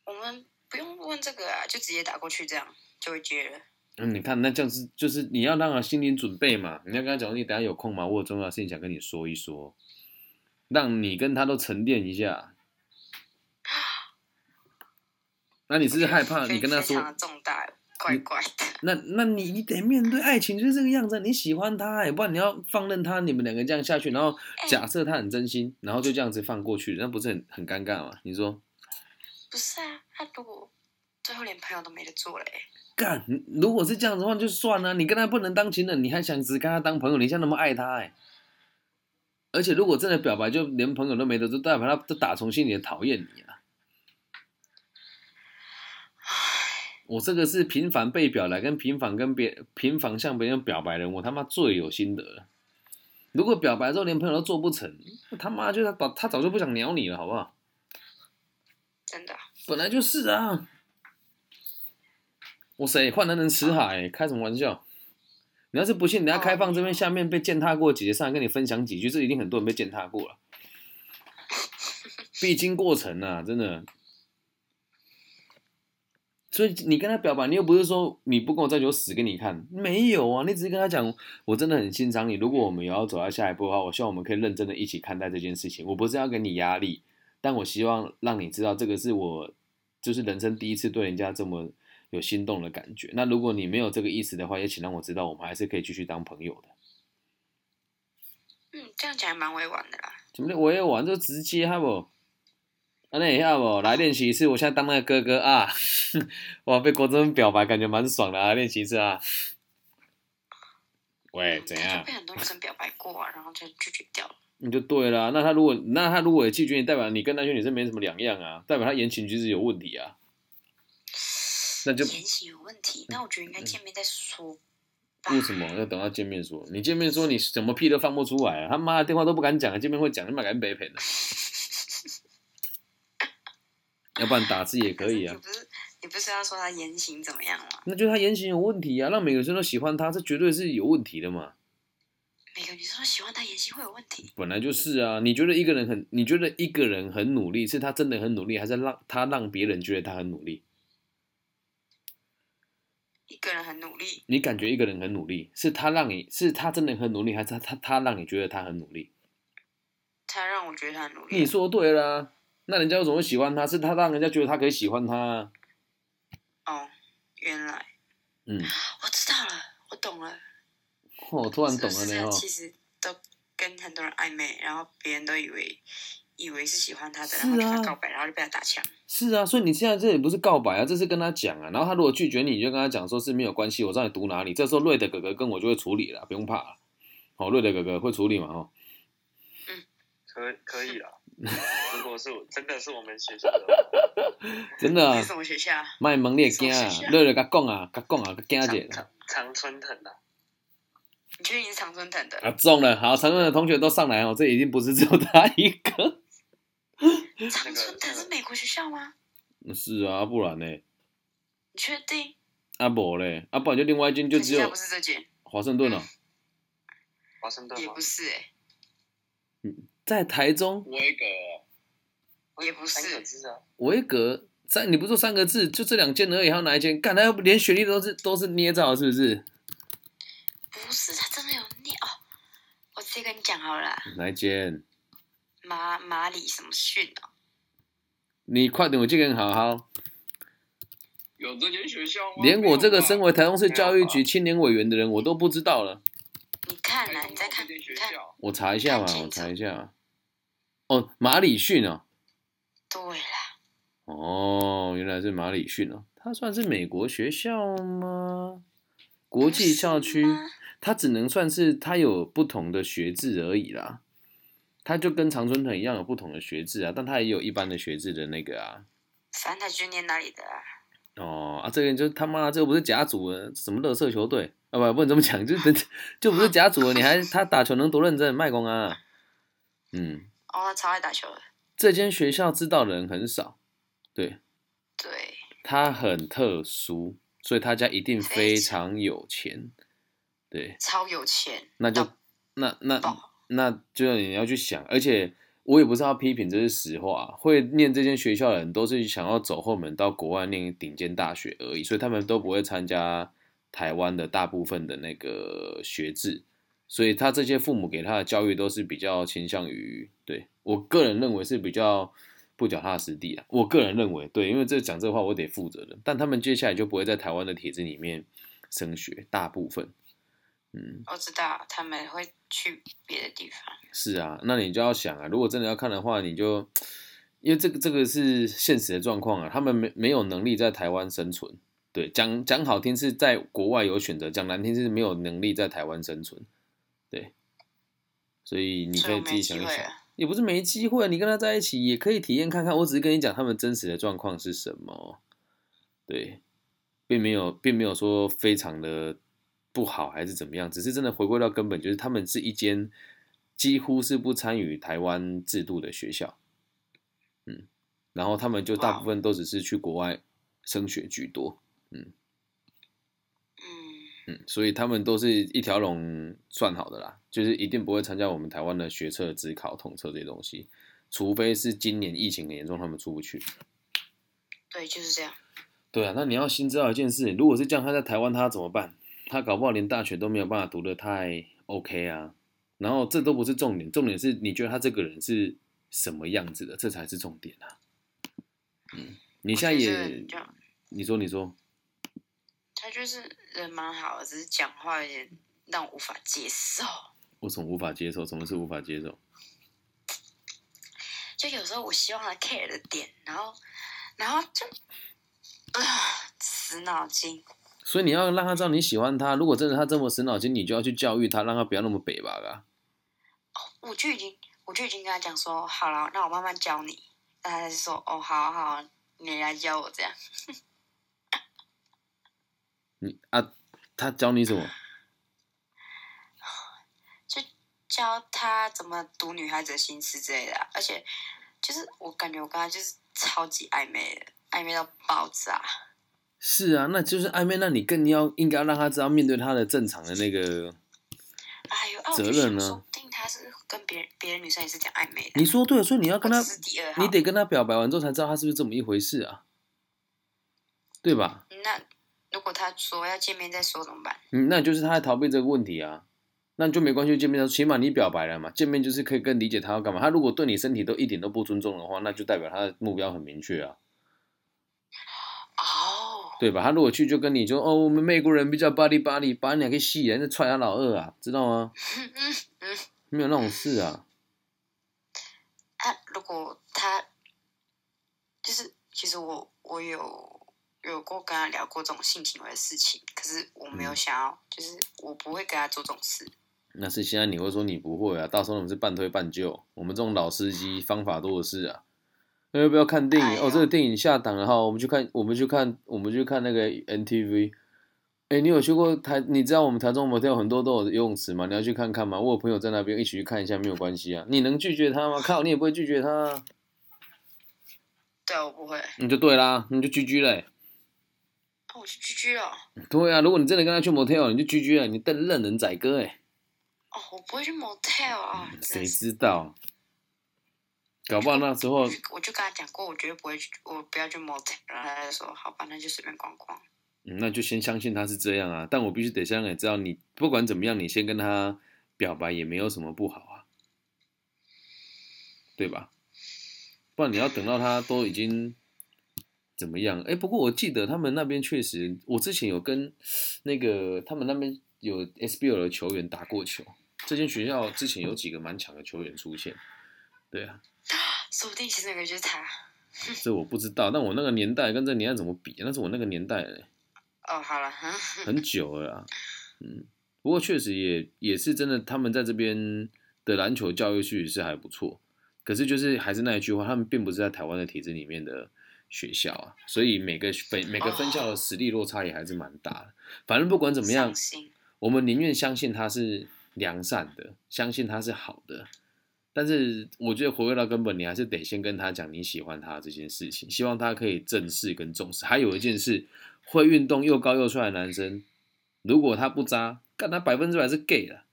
我们不用问这个啊，就直接打过去，这样就会接了。嗯，你看，那这样子就是你要让他心理准备嘛，你要跟他讲说，你等一下有空吗？我有重要的事情想跟你说一说，让你跟他都沉淀一下。那你是害怕你跟他非说常的重大，怪怪的。那那你你得面对爱情就是这个样子啊，你喜欢他、欸，不然你要放任他，你们两个这样下去，然后假设他很真心，然后就这样子放过去，那不是很很尴尬吗？你说不是啊，他如果最后连朋友都没得做嘞、干，如果是这样子的话就算了、你跟他不能当情人，你还想只跟他当朋友，你现在那么爱他、欸，而且如果真的表白，就连朋友都没得做，就代表他都打从心里的讨厌你啊。我这个是频繁被表白，跟频繁跟别频繁向别人表白的人，我他妈最有心得了。如果表白之后连朋友都做不成，那他妈就他早他早就不想鸟你了，好不好？真的。本来就是啊。我谁换男人辞海、开什么玩笑？你要是不信，等下开放这边下面被践踏过的姐姐上来跟你分享几句，这一定很多人被践踏过了，必经过程啊，真的。所以你跟他表白，你又不是说你不跟我在一起，我死给你看，没有啊，你只是跟他讲，我真的很欣赏你。如果我们也要走到下一步的话，我希望我们可以认真的一起看待这件事情。我不是要给你压力，但我希望让你知道，这个是我就是人生第一次对人家这么有心动的感觉。那如果你没有这个意思的话，也请让我知道，我们还是可以继续当朋友的。嗯，这样讲还蛮委婉的啦。怎么的？我也玩就直接哈不？啊，那也下不？来练习一次，我现在当那个哥哥啊！ 哇，被郭真表白，感觉蛮爽的啊！练习一次啊！喂，哎怎嗯他样就？被很多女生表白过啊，然后就拒绝掉了。你就对啦、那他如果那他如果也拒绝你，代表你跟那些女生没什么两样啊，代表他言情举止有问题啊。那就嗯言行有问题，但我觉得应该见面再说吧。为什么要等到见面说？你见面说你什么屁都放不出来啊！他妈的电话都不敢讲，见面会讲，你妈敢北啊陪的？要不然打字也可以啊你。不是你不是要说他言行怎么样吗？那就是他言行有问题啊，让每个女生都喜欢他，这绝对是有问题的嘛。每个女生都喜欢他言行会有问题，本来就是啊，你觉得一个人很，你觉得一个人很努力，是他真的很努力，还是让他让别人觉得他很努力？一个人很努力，你感觉一个人很努力，是他让你，是他真的很努力，还是他他他让你觉得他很努力？他让我觉得他很努力。你说对啦、那人家为什么会喜欢他？是他让人家觉得他可以喜欢他、啊。哦，原来嗯，我知道了，我懂了。哦 我突然懂了是不呢是哦。其实都跟很多人暧昧，然后别人都以为以为是喜欢他的，是啊然后跟他告白，然后就被他打枪。是啊，所以你现在这也不是告白啊，这是跟他讲啊。然后他如果拒绝你，你就跟他讲说是没有关系，我知道你读哪里。这时候瑞德哥哥跟我就会处理了，不用怕了。哦，瑞德哥哥会处理嘛？哦，可可 以啊。如果是我真的是我们学校的，真的、你啊是，什么学校？卖萌你也惊啊，瑞德甲讲啊，甲讲啊，甲惊姐常常春藤啊，你确定你是常春藤的？啊，中了。好，成人的同学都上来哦，这已经不是只有他一个。 嗯常春藤是美国学校吗？是啊，不然呢？你确定？啊不嘞，啊不然就另外一间就只学校有不是这嗯间，华盛顿了、哦华盛顿也吗不？是哎、在台中威格哦，也不是三个字啊，维格三，你不是说三个字，就这两件而已，还有哪一件？干，他又不连学历都是都是捏造的，是不是？不是，他真的有念哦。我直接跟你讲好了啦，哪一件？马马里什么训哦，你快点，我这个人好好，有这间学校吗连我这个身为台中市教育没局青年委员的人，我都不知道了。你看有呐、吧你再看，没有你这间学看，校我查一下嘛看，清楚我查一下。哦，马里逊哦，对啦，哦，原来是马里逊哦，他算是美国学校吗？国际校区不是啊吗它只能算是它有不同的学制而已啦。它就跟常春藤一样有不同的学制啊，但它也有一般的学制的那个啊。反正他就是念那里的啊。哦啊，这个就他妈这又不是甲组的什么乐色球队啊，不不能这么讲，就就不是甲组的，你还他打球能多认真，卖公啊。嗯，哦，他超爱打球的，这间学校知道的人很少，对，对，它很特殊，所以他家一定非常有钱，对。超有钱。那就到那那爆那就你要去想，而且我也不是要批评，这是实话。会念这间学校的人都是想要走后门到国外念顶尖大学而已，所以他们都不会参加台湾的大部分的那个学制，所以他这些父母给他的教育都是比较倾向于对我个人认为是比较。不脚踏实地啊！我个人认为，对，因为这讲这话我得负责任。但他们接下来就不会在台湾的体制里面升学，大部分，嗯，我知道他们会去别的地方，是啊，那你就要想啊，如果真的要看的话，你就因为这个这个是现实的状况啊，他们没没有能力在台湾生存。对，讲讲好听是在国外有选择，讲难听是没有能力在台湾生存。对，所以你所可以以我自没己想机一会想，了。也不是没机会，你跟他在一起也可以体验看看。我只是跟你讲他们真实的状况是什么，对，并没有并没有说非常的不好还是怎么样，只是真的回归到根本，就是他们是一间几乎是不参与台湾制度的学校，嗯，然后他们就大部分都只是去国外升学居多，嗯，嗯，所以他们都是一条龙算好的啦，就是一定不会参加我们台湾的学测、职考、统测这些东西，除非是今年疫情很严重，他们出不去。对，就是这样。对啊，那你要先知道一件事，如果是这样，他在台湾他要怎么办？他搞不好连大学都没有办法读得太 OK 啊。然后这都不是重点，重点是你觉得他这个人是什么样子的，这才是重点啊。嗯，你现在我觉得也你，就你说你说，他就是人蛮好的，只是讲话有点让我无法接受。为什么无法接受？什么是无法接受？就有时候我希望他 care 的点，然后，然后就，啊、死脑筋。所以你要让他知道你喜欢他。如果真的他这么死脑筋，你就要去教育他，让他不要那么北吧啦。我就已经，我就已经跟他讲说，好了，那我慢慢教你。那他就说，哦，好啊好啊，你来教我这样。你啊，他教你什么？就教他怎么读女孩子的心思之类的啊、而且就是我感觉我跟他就是超级暧昧的，暧昧到爆炸。是啊，那就是暧昧，那你更要应该让他知道面对他的正常的那个。哎呦，啊、我责就任想呢说不定他是跟别人别的女生也是讲暧昧的。你说对了，啊所以你要跟他我只，是第二号，你得跟他表白完之后才知道他是不是这么一回事啊，对吧？那如果他说要见面再说怎么办？嗯，那就是他在逃避这个问题啊。那就没关系，见面的时候起码你表白了嘛，见面就是可以更理解他要干嘛。他如果对你身体都一点都不尊重的话，那就代表他的目标很明确啊，哦，对吧？他如果去就跟你说，哦，我们美国人比较巴里巴里，把你两个西人踹他老二啊，知道吗？没有那种事啊，啊，如果他就是，其实我我有有过跟他聊过这种性行为的事情，可是我没有嗯想要，就是我不会跟他做这种事。那是现在你会说你不会啊，到时候我们是半推半就，我们这种老司机方法多的是啊。那要不要看电影？哎呀哦，这个电影下档了哈，我们去看，我们去看，我们去看那个 NTV。哎，你有去过台？你知道我们台中 motel 很多都有游泳池吗？你要去看看吗？我有朋友在那边，一起去看一下没有关系啊。你能拒绝他吗？靠，你也不会拒绝他啊，对，啊我不会。你就对啦，你就 GG 嘞。啊，我去 GG 了。对啊，如果你真的跟他去 motel，你就 GG 了，你瞪任人宰割哎、哦，我不会去 motel 啊。真谁是知道？搞不好那时候我就我就跟他讲过，我绝对不会去，我不要去 motel。然后他就说：“好吧，那就随便逛逛。嗯，那就先相信他是这样啊。但我必须得先让你知道你，不管怎么样，你先跟他表白也没有什么不好啊，对吧？不然你要等到他都已经怎么样？哎，不过我记得他们那边确实，我之前有跟那个他们那边有 SBL 的球员打过球。这间学校之前有几个蛮强的球员出现，对啊，”说不定其实那个就是他。这我不知道。但我那个年代跟这年代怎么比？啊那是我那个年代嘞。哦，好了，嗯，很久了啦，嗯，不过确实也也是真的，他们在这边的篮球教育确实是还不错，可是就是还是那一句话，他们并不是在台湾的体制里面的学校啊，所以每个分每个分校的实力落差也还是蛮大的。反正不管怎么样伤，心我们宁愿相信他是良善的，相信他是好的。但是我觉得回归到根本，你还是得先跟他讲你喜欢他这件事情，希望他可以正视跟重视。还有一件事，会运动又高又帅的男生，如果他不渣，干他百分之百是 gay 了。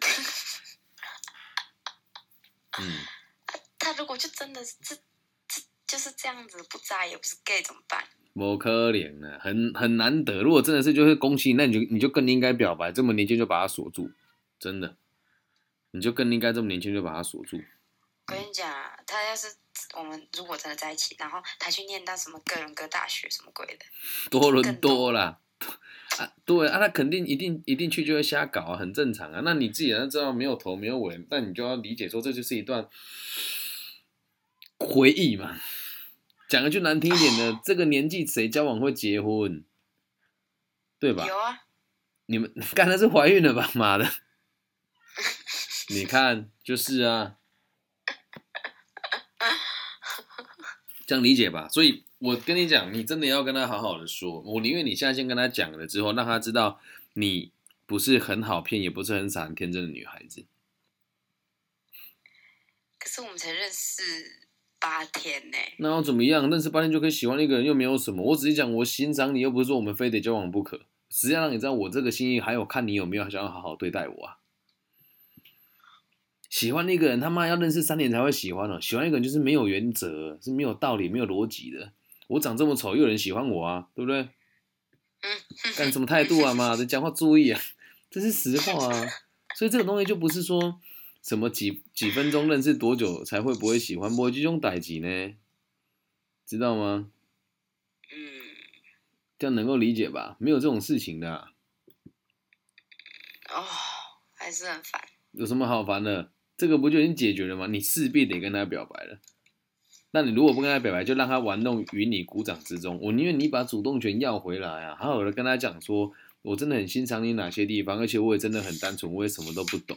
嗯，他如果就真的是这这就是这样子，不渣也不是 gay 怎么办？某可怜啊，很很难得。如果真的是就是恭喜，那你就你就更应该表白，这么年轻就把他锁住，真的，你就更应该这么年轻就把他锁住。我跟你讲啊，他要是我们如果真的在一起，然后他去念到什么哥伦哥大学什么鬼的，多伦多啦。 啊，对啊，他肯定一定一定去就会瞎搞啊，很正常啊。那你自己要知道没有头没有尾，那你就要理解说这就是一段 回忆嘛。讲一句难听一点的，这个年纪谁交往会结婚？对吧？有啊，你们刚才是怀孕了吧？妈的！你看，就是啊，这样理解吧。所以，我跟你讲，你真的要跟他好好的说。我宁愿你现在先跟他讲了之后，让他知道你不是很好骗，也不是很傻很天真的女孩子。可是我们才认识八天呢、那要怎么样？认识八天就可以喜欢一个人，又没有什么。我只是讲我欣赏你，又不是说我们非得交往不可。只是要让你知道我这个心意，还有看你有没有想要好好对待我啊。喜欢一个人，他妈要认识三年才会喜欢哦。喜欢一个人就是没有原则，是没有道理、没有逻辑的。我长这么丑，又有人喜欢我啊，对不对？干什么态度啊？妈的，讲话注意啊！这是实话啊。所以这个东西就不是说什么几几分钟认识多久才会不会喜欢，不会这种代级呢，知道吗？嗯，这样能够理解吧？没有这种事情的啊、哦，还是很烦。有什么好烦的？这个不就已经解决了吗？你势必得跟他表白了。那你如果不跟他表白，就让他玩弄于你鼓掌之中。我宁愿你把主动权要回来啊！好好的跟他讲说，我真的很欣赏你哪些地方，而且我也真的很单纯，我也什么都不懂。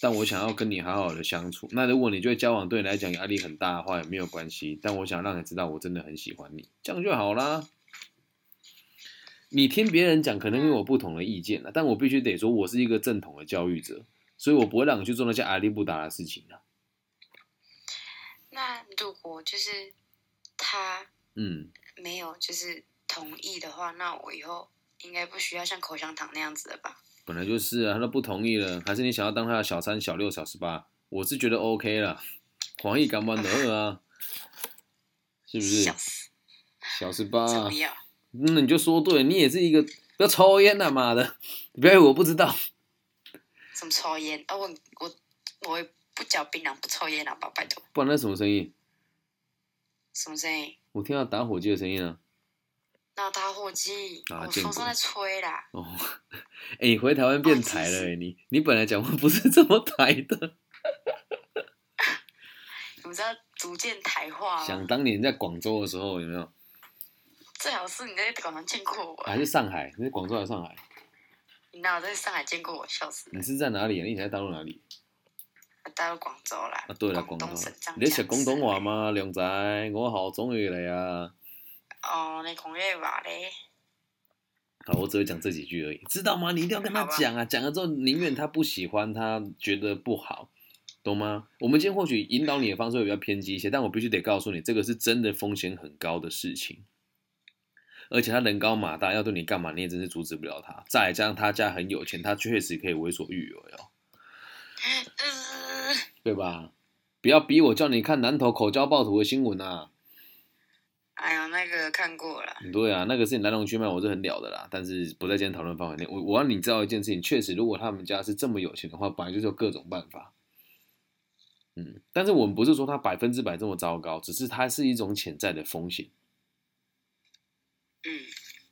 但我想要跟你好好的相处。那如果你觉得交往对你来讲压力很大的话，也没有关系。但我想让你知道，我真的很喜欢你，这样就好啦。你听别人讲，可能会有不同的意见啊，但我必须得说，我是一个正统的教育者，所以我不会让你去做那些阿力不达的事情啊。那如果就是他嗯，没有就是同意的话，那我以后应该不需要像口香糖那样子了吧？本来就是啊，他都不同意了，还是你想要当他的小三、小六、小十八？我是觉得 OK 啦，黄奕敢不敢二啊？是不是笑？死，小十八、真啊不，要。那你就说对，你也是一个不要抽烟呐、妈的！你不要以为我不知道，什么抽烟？啊，我我我也不嚼槟榔，不抽烟啊，爸，拜托。不然那什么声音？什么声音？我听到打火机的声音啊！那打火机，啊我见风过扇在吹啦。哦， 哎、你回台湾变台了、欸，你你本来讲话不是这么台的。你们知道逐渐台化想吗？当年在广州的时候，有没有？最好是你在广场见过我，还是上海？你在广州还是上海？你哪有在上海见过我？笑死啊你了！是在哪里、啊？你以前在大陆哪里？我到了广州啦。啊，对了，广广东东省啊张你在讲江广东市话吗？靓仔，我好中意你啊！哦，你讲粤话嘞？好，我只会讲这几句而已，知道吗？你一定要跟他好吧讲啊，讲了之后，宁愿他不喜欢，他觉得不好，懂吗？我们今天或许引导你的方式会比较偏激一些，但我必须得告诉你，这个是真的风险很高的事情，而且他人高马大，要对你干嘛，你也真是阻止不了他。再加上他家很有钱，他确实可以为所欲为哦，呃，对吧？不要逼我叫你看南投口交暴徒的新闻啊！哎呦，那个看过了，对啊，那个是你来龙去脉，我是很了的啦，但是不在今天讨论范围内。我我让你知道一件事情，确实，如果他们家是这么有钱的话，本来就是有各种办法。嗯，但是我们不是说他百分之百这么糟糕，只是它是一种潜在的风险，嗯，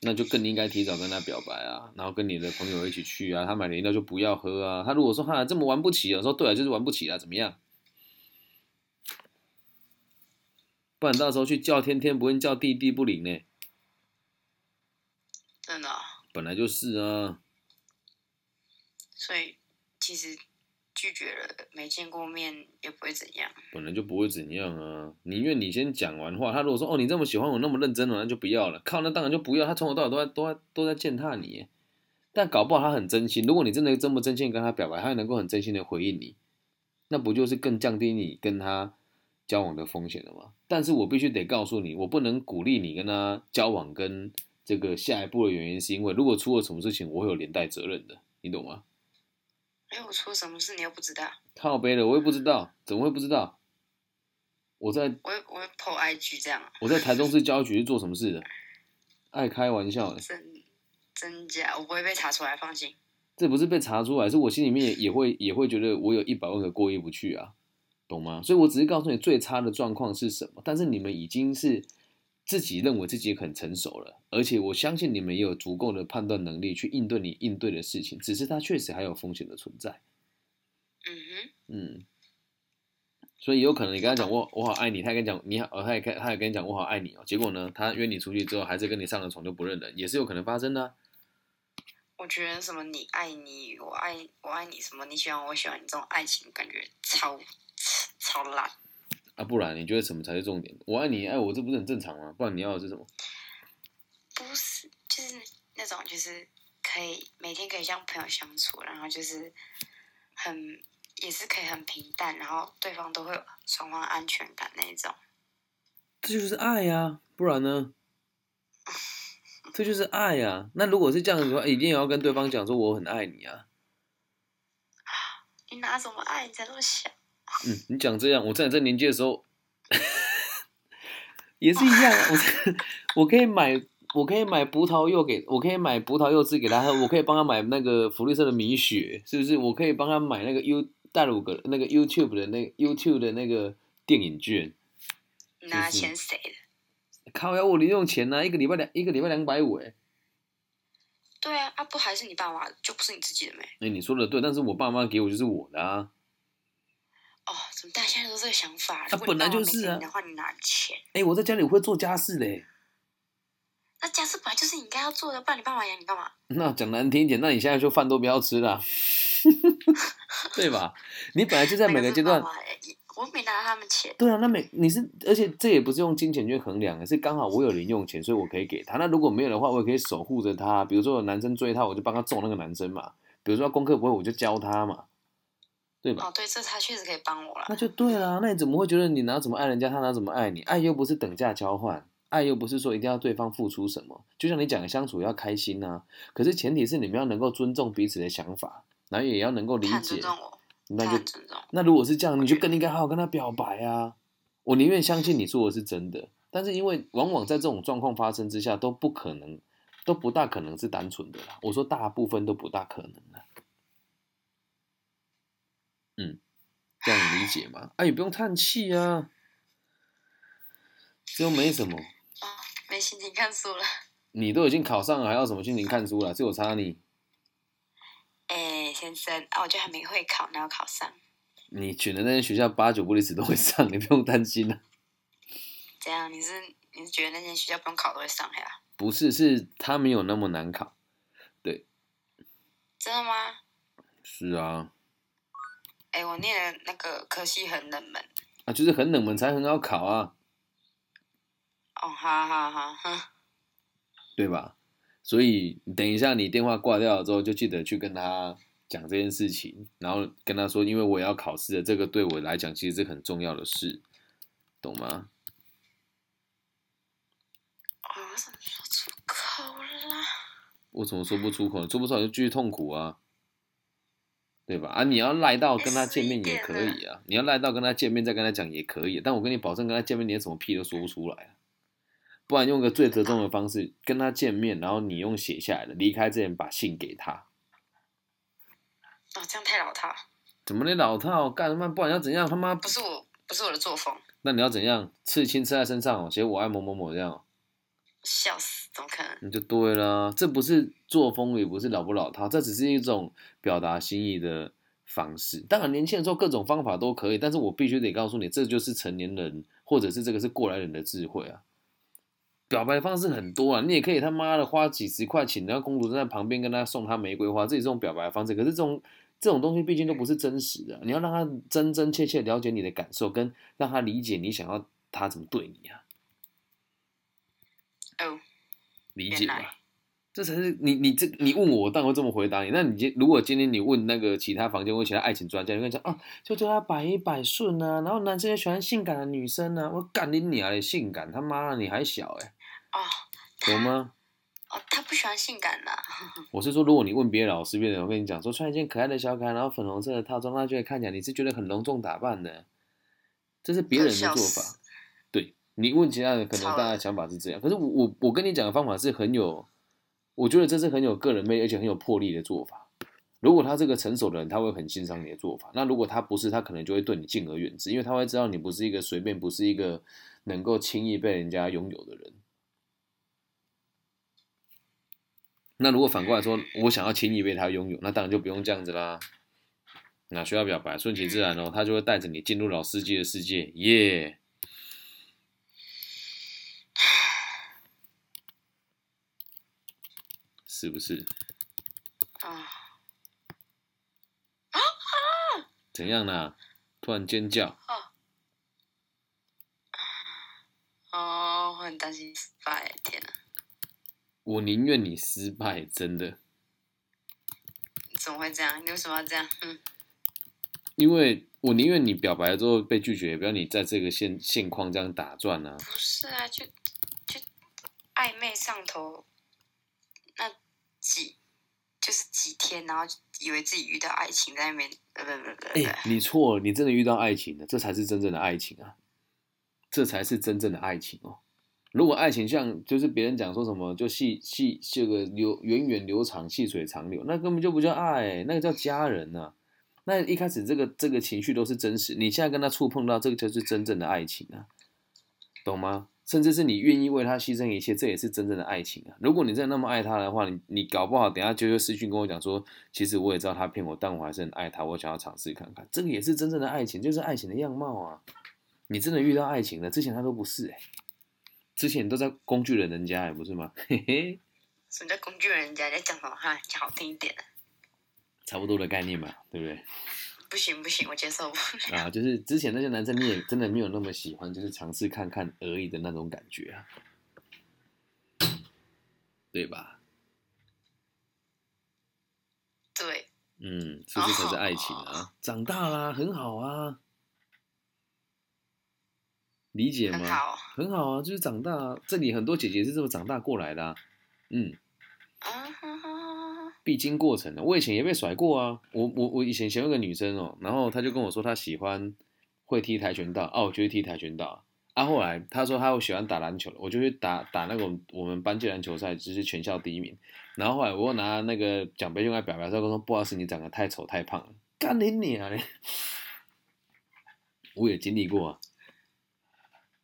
那就更应该提早跟他表白啊，然后跟你的朋友一起去啊，他买的饮料就不要喝啊。他如果说哈这么玩不起啊，我说对啊，就是玩不起啊，怎么样？不然到时候去叫天天不会叫地地不灵呢、真的哦、本来就是啊。所以其实拒绝了，没见过面也不会怎样。本来就不会怎样啊。宁愿你先讲完话，他如果说哦你这么喜欢我那么认真哦，那就不要了。靠，那当然就不要。他从头到尾都在都在都在践踏你耶，但搞不好他很真心。如果你真的这么真心地跟他表白，他也能够很真心的回应你，那不就是更降低你跟他交往的风险了吗？但是我必须得告诉你，我不能鼓励你跟他交往跟这个下一步的原因，是因为如果出了什么事情，我会有连带责任的，你懂吗？哎，我出了什么事你又不知道？靠背了，我也不知道，怎么会不知道？我在我会我会 po IG 这样啊，我在台中市交局是做什么事的？爱开玩笑的，真真假我不会被查出来，放心。这不是被查出来，是我心里面也也会也会觉得我有一百万个过意不去啊，懂吗？所以我只是告诉你最差的状况是什么，但是你们已经是自己认为自己很成熟了，而且我相信你们也有足够的判断能力去应对你应对的事情，只是它确实还有风险的存在，嗯嗯。所以有可能你跟他讲我我好爱你，他也跟你讲你好，呃他也跟他也跟你讲我好爱你哦，结果呢，他约你出去之后，还是跟你上了床就不认人，也是有可能发生的啊、哼，我觉得什么你爱你，我爱我爱你，什么你喜欢我我喜欢你这种爱情，感觉超超烂。啊，不然你觉得什么才是重点？我爱你，爱我，这不是很正常吗？不然你要的是什么？不是，就是那种就是可以每天可以像朋友相处，然后就是很也是可以很平淡，然后对方都会有双方安全感那一种。这就是爱呀、不然呢？这就是爱呀、那如果是这样子的话，一定也要跟对方讲说我很爱你啊。你哪怎么爱？你才那么小，嗯，你讲这样，我在你这年纪的时候， 也是一样啊。我在我可以买，我可以买葡萄柚给，我可以买葡萄柚汁给他喝，我可以帮他买那个福利社的米雪，是不是？我可以帮他买那个 U 大鲁格那个 YouTube 的那 YouTube 的那个电影券。你拿就是钱谁的？靠呀，我零用钱呢、啊一个礼拜两一个礼拜两百五，哎，对啊，啊不还是你爸妈的，就不是你自己的没？哎，你说的对，但是我爸妈给我就是我的啊，哦，怎么大家现在都这个想法？啊如果你本来爸妈就没是给啊你的话，你拿钱。哎，我在家里会做家事的欸，那家事本来就是你应该要做的，不然你爸妈养你干嘛？那讲难听一点，那你现在就 饭都不要吃了啊，对吧？你本来就在每个阶段那，是爸妈的我没拿他们钱，对啊，那每你是，而且这也不是用金钱去衡量的，是刚好我有零用钱，所以我可以给他。那如果没有的话，我也可以守护着他。比如说有男生追他，我就帮他揍那个男生嘛。比如说他功课不会，我就教他嘛，对吧？哦，对，这他确实可以帮我了，那就对啦。那你怎么会觉得你拿怎么爱人家，他拿怎么爱你？爱又不是等价交换，爱又不是说一定要对方付出什么。就像你讲的，相处要开心啊。可是前提是你们要能够尊重彼此的想法，然后也要能够理他很解尊。重我，那他就很尊重我，那如果是这样，你就更应该好好跟他表白啊！我宁愿相信你说的是真的，但是因为往往在这种状况发生之下，都不可能，都不大可能是单纯的啦。我说大部分都不大可能啦。嗯，这样你理解吗？啊，也不用叹气啊，这又没什么。没心情看书了。你都已经考上了，还要什么心情看书了？这有差你？ 哎，先生，啊，我就还没会考，哪有考上？你选的那些学校八九不离十都会上，你不用担心啊。怎样？你是你是觉得那间学校不用考都会上呀？不是，是他没有那么难考。真的吗？是啊，哎，我念的那个科系很冷门。啊，就是很冷门才很好考啊，哦，好好好，哼，对吧？所以等一下你电话挂掉了之后，就记得去跟他讲这件事情，然后跟他说，因为我也要考试了，这个对我来讲其实是很重要的事，懂吗？哦我怎么说出口啦？我怎么说不出口？说不出口就继续痛苦啊，对吧？啊，你要赖到跟他见面也可以啊，你要赖到跟他见面再跟他讲也可以，啊但我跟你保证，跟他见面你也什么屁都说不出来啊。不然用个最折中的方式跟他见面，然后你用写下来的，离开之前把信给他。哦，这样太老套了，怎么你老套干他妈？不然要怎样他妈？不是我，不是我的作风，那你要怎样刺青刺在身上哦？写我爱某某某这样哦、笑死，怎么可能？你就对啦，这不是作风，也不是老不老套，这只是一种表达心意的方式。当然，年轻的时候各种方法都可以，但是我必须得告诉你，这就是成年人或者是这个是过来人的智慧啊。表白的方式很多啊，你也可以他妈的花几十块请那公主站在旁边跟他送他玫瑰花，这也是这种表白的方式。可是这种这种东西毕竟都不是真实的啊，你要让他真真切切了解你的感受，跟让他理解你想要他怎么对你啊。哦，理原解来吧。这才是你你这你问我，我当然会这么回答你。那你今如果今天你问那个其他房间或其他爱情专家，你跟他讲啊，就对他百依百顺啊，然后男生也喜欢性感的女生啊，我说干你娘嘞，性感他妈的你还小哎、哦，懂吗？哦，他不喜欢性感的、我是说，如果你问别的老师，别的人我跟你讲说穿一件可爱的小可爱，然后粉红色的套装，那就会看起来你是觉得很隆重打扮的，这是别人的笑做死法。对你问其他人，可能超大家想法是这样，可是我我我跟你讲的方法是很有，我觉得这是很有个人魅力，而且很有魄力的做法。如果他是个成熟的人，他会很欣赏你的做法；那如果他不是，他可能就会对你敬而远之，因为他会知道你不是一个随便，不是一个能够轻易被人家拥有的人。那如果反过来说，我想要轻易被他拥有，那当然就不用这样子啦。那需要表白，顺其自然哦，他就会带着你进入老司机的世界，耶、 是不是？啊、怎样啦？突然尖叫，哦，哦，我很担心失败，天哪，我宁愿你失败，真的，怎么会这样？你为什么要这样？嗯，因为我宁愿你表白了之后被拒绝，也不要你在这个现现况这样打转啊。不是啊，就就暧昧上头，那几就是几天，然后以为自己遇到爱情，在那边，呃不不不不哎、不，你错了，你真的遇到爱情了，这才是真正的爱情啊，这才是真正的爱情哦。如果爱情像就是别人讲说什么就细细这个流源远流长细水长流，那根本就不叫爱，那个叫家人呐、那一开始这个这个情绪都是真实，你现在跟他触碰到，这个就是真正的爱情啊，懂吗？甚至是你愿意为他牺牲一切，这也是真正的爱情啊！如果你真的那么爱他的话，你你搞不好等一下就会私讯跟我讲说，其实我也知道他骗我，但我还是很爱他，我想要尝试看看，这个也是真正的爱情，就是爱情的样貌啊！你真的遇到爱情了，之前他都不是哎、之前都在工具人人家、欸，不是吗？ 嘿嘿，什么叫工具人家？你在讲什么哈？讲好听一点，差不多的概念嘛，对不对？不行不行，我接受不了。啊，就是之前那些男生你也真的没有那么喜欢，就是尝试看看而已的那种感觉啊，对吧？对，嗯，所以这才是爱情哦啊，长大啦，很好啊，理解吗？很好很好啊，就是长大、啊，这里很多姐姐是这么长大过来的、啊，嗯，啊哈哈，必经过程的。我以前也被甩过啊，我我我以前喜欢一个女生哦，然后她就跟我说她喜欢会踢跆拳道，啊，我就去踢跆拳道。啊，后来她说她喜欢打篮球了，我就去打打那个我们我们班级篮球赛，就是全校第一名。然后后来我又拿那个奖杯用来表白，她跟我说不好意思，你长得太丑太胖了，干你你啊！ 我也经历过啊。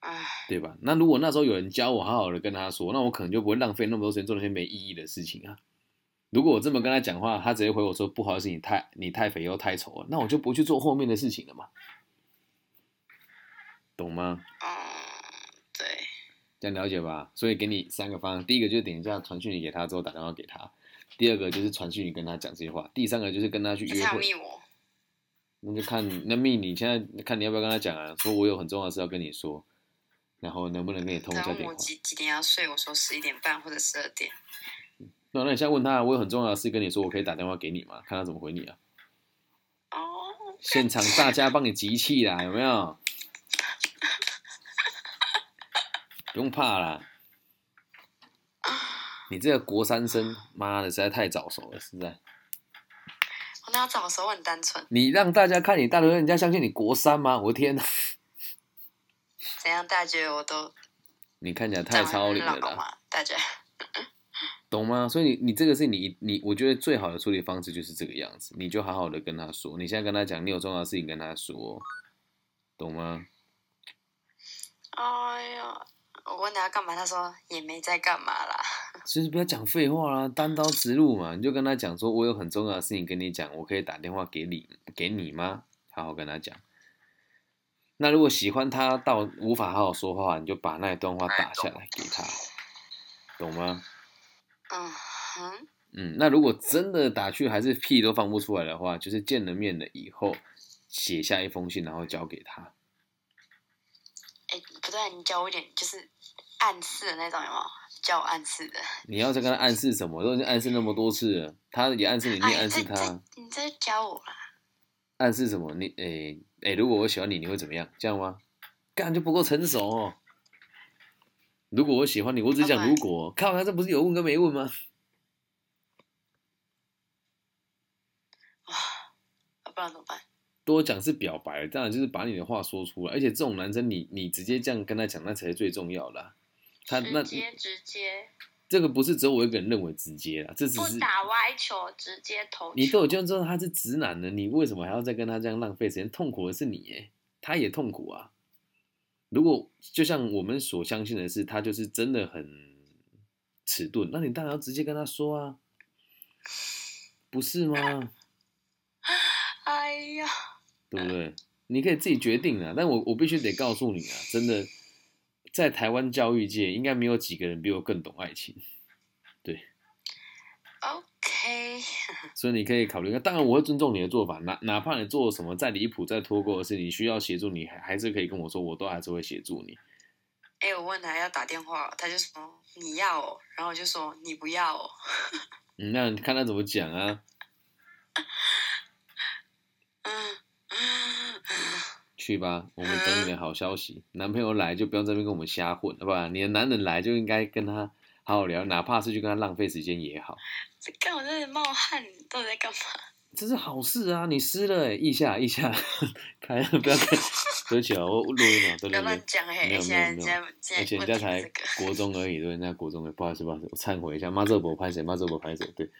唉，对吧？那如果那时候有人教我，好好的跟他说，那我可能就不会浪费那么多时间做那些没意义的事情啊。如果我这么跟他讲话，他直接回我说不好意思，你太你太肥又太丑了，那我就不会去做后面的事情了嘛，懂吗？嗯，对，这样了解吧？所以给你三个方案，第一个就是等一下传讯你给他之后打电话给他，第二个就是传讯你跟他讲这些话，第三个就是跟他去就是约他会。密我，那就看那蜜，你现在看你要不要跟他讲啊？说我有很重要的事要跟你说，然后能不能跟你通一他下问电话我？几几点要睡，我说十一点半或者十二点。那那你现在问他，我有很重要的事跟你说，我可以打电话给你吗？看他怎么回你啊！哦，现场大家帮你集气啦，有没有？不用怕啦，你这个国三生，妈的，实在太早熟了，实在。我那早熟，我很单纯，你让大家看你大头，人家相信你国三吗？我的天哪，怎样大家觉得我都你看起来太超龄了长得很老啊啦，嘛，大家懂吗？所以你你这个是你你，我觉得最好的处理方式就是这个样子，你就好好的跟他说，你现在跟他讲，你有重要的事情跟他说，懂吗？哎呀，我问他干嘛，他说也没在干嘛啦。就是不要讲废话啦，单刀直入嘛，你就跟他讲说，我有很重要的事情跟你讲，我可以打电话给你给你吗？好好跟他讲。那如果喜欢他到无法好好说话，你就把那一段话打下来给他，懂吗？嗯哼，嗯，那如果真的打去还是屁都放不出来的话，就是见了面了以后写下一封信，然后交给他。哎、不对，你教我一点，就是暗示的那种，有没有？教我暗示的。你要再跟他暗示什么？都已经暗示那么多次了，他也暗示你，你也哎，暗你示他在啊在，你在教我啦？暗示什么？你诶诶、如果我喜欢你，你会怎么样？这样吗？干就不够成熟哦。如果我喜欢你，我只讲如果，靠，那这不是有问跟没问吗？哇，啊不然怎么办？多讲是表白，当然就是把你的话说出来。而且这种男生你，你直接这样跟他讲，那才是最重要的啊、他那直接直接这个不是只有我一个人认为直接啊啦，这只不是打歪球，直接投球。你都已经知道他是直男了，你为什么还要再跟他这样浪费时间？痛苦的是你耶，他也痛苦啊。如果就像我们所相信的是，他就是真的很迟钝，那你当然要直接跟他说啊，不是吗？哎呀，对不对？你可以自己决定啊，但我我必须得告诉你啊，真的，在台湾教育界，应该没有几个人比我更懂爱情。 OK，所以你可以考虑。当然，我会尊重你的做法，哪哪怕你做什么再离谱、再脱钩的事，你需要协助你，还还是可以跟我说，我都还是会协助你。哎、我问他要打电话，他就说你要哦，然后我就说你不要哦，嗯，那你看他怎么讲啊？嗯，去吧，我们等你的好消息。男朋友来就不用这边跟我们瞎混，好不好？你的男人来就应该跟他好好聊，哪怕是去跟他浪费时间也好，这干我真的冒汗，你到底在干嘛？这是好事啊！你湿了、欸，腋下腋下， 开不要开，对不起啊，我我录音了，对不对对要乱。讲哎、没有现在没有现没有在现在而且人问家题才是这个，国中而已，对，人家国中而已，不好意思，不好意思，我忏悔一下，妈这不拍谁，妈这不拍谁，对，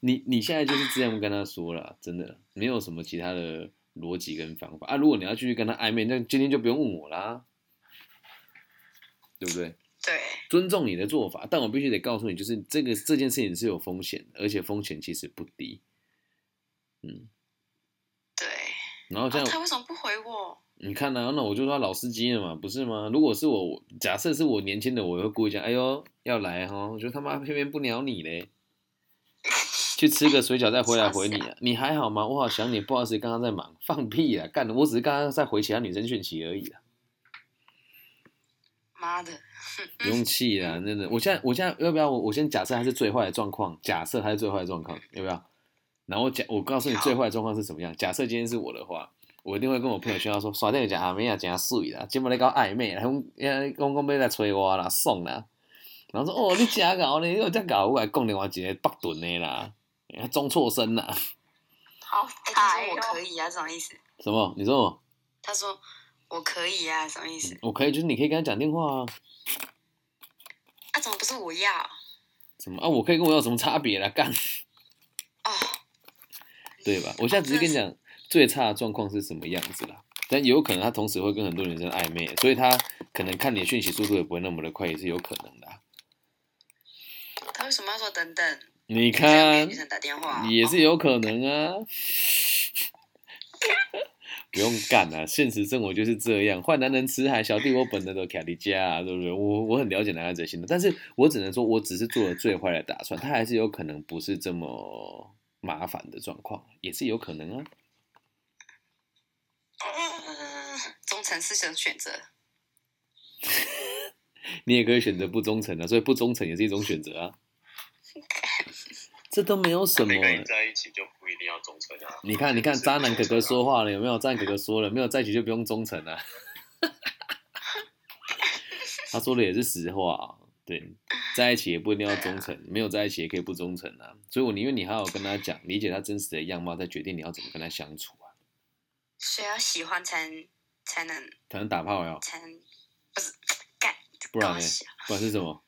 你你现在就是这样跟他说了，真的没有什么其他的逻辑跟方法啊。如果你要继续跟他暧昧，那今天就不用问我啦，对不对？对，尊重你的做法，但我必须得告诉你，就是这个这件事情是有风险的，而且风险其实不低。对，然后啊像、他为什么不回我？你看啊，那我就说他老司机了嘛，不是吗？如果是我，我假设是我年哦轻的，我也会故意讲，哎呦要来哈，我就他妈偏偏不鸟你嘞，去吃个水饺再回来回你啊，你还好吗？我好想你，不好意思，刚刚在忙，放屁啊！干，我只是刚刚在回其他女生讯息而已啊，妈的，不用气啊，真的。我现在我现在要不要我我先假设他是最坏的状况，假设他是最坏的状况，要不要？然后我假我告诉你最坏的状况是什么样。假设今天是我的话，我一定会跟我朋友炫耀说，耍这个假阿妹啊，假睡啦，今麦在搞暧昧啦，公公公要来催我啦，送啦。然后说哦，你假搞呢，你有这搞，我还讲另外一个北屯的啦，啊中错身啦，好哎、台他说我可哦！以啊，什么意思？什么？你说什么？他说我可以啊，什么意思？我可以，就是你可以跟他讲电话啊，啊，怎么不是我要？什么啊？我可以跟我有什么差别啦？干，哦，对吧？我现在只是跟你讲最差的状况是什么样子啦，但也有可能他同时会跟很多女生暧昧，所以他可能看你的讯息速度也不会那么的快，也是有可能的啊、他为什么要说等等？你你这样给看女，生打电啊话哦也是有可能啊。 不用干啊，现实生活就是这样，坏男人吃海，小弟我本人都卡迪加、啊，对不对？我我很了解男孩子的心的，但是我只能说，我只是做了最坏的打算，他还是有可能不是这么麻烦的状况，也是有可能啊。嗯忠诚是种选择，你也可以选择不忠诚啊，所以不忠诚也是一种选择啊。这都没有什么没跟你欸。在一起就不一定要忠诚啊。你看，你看，是渣男哥哥说话了，有没有？渣男哥哥说了，没有在一起就不用忠诚啊。 他说的也是实话啊、对，在一起也不一定要忠诚，没有在一起也可以不忠诚啊。所以我宁愿你好好跟他讲，理解他真实的样貌，再决定你要怎么跟他相处啊。所以要喜欢才能才能可能打炮呀，才能，不是干不然呢搞笑不然是什么？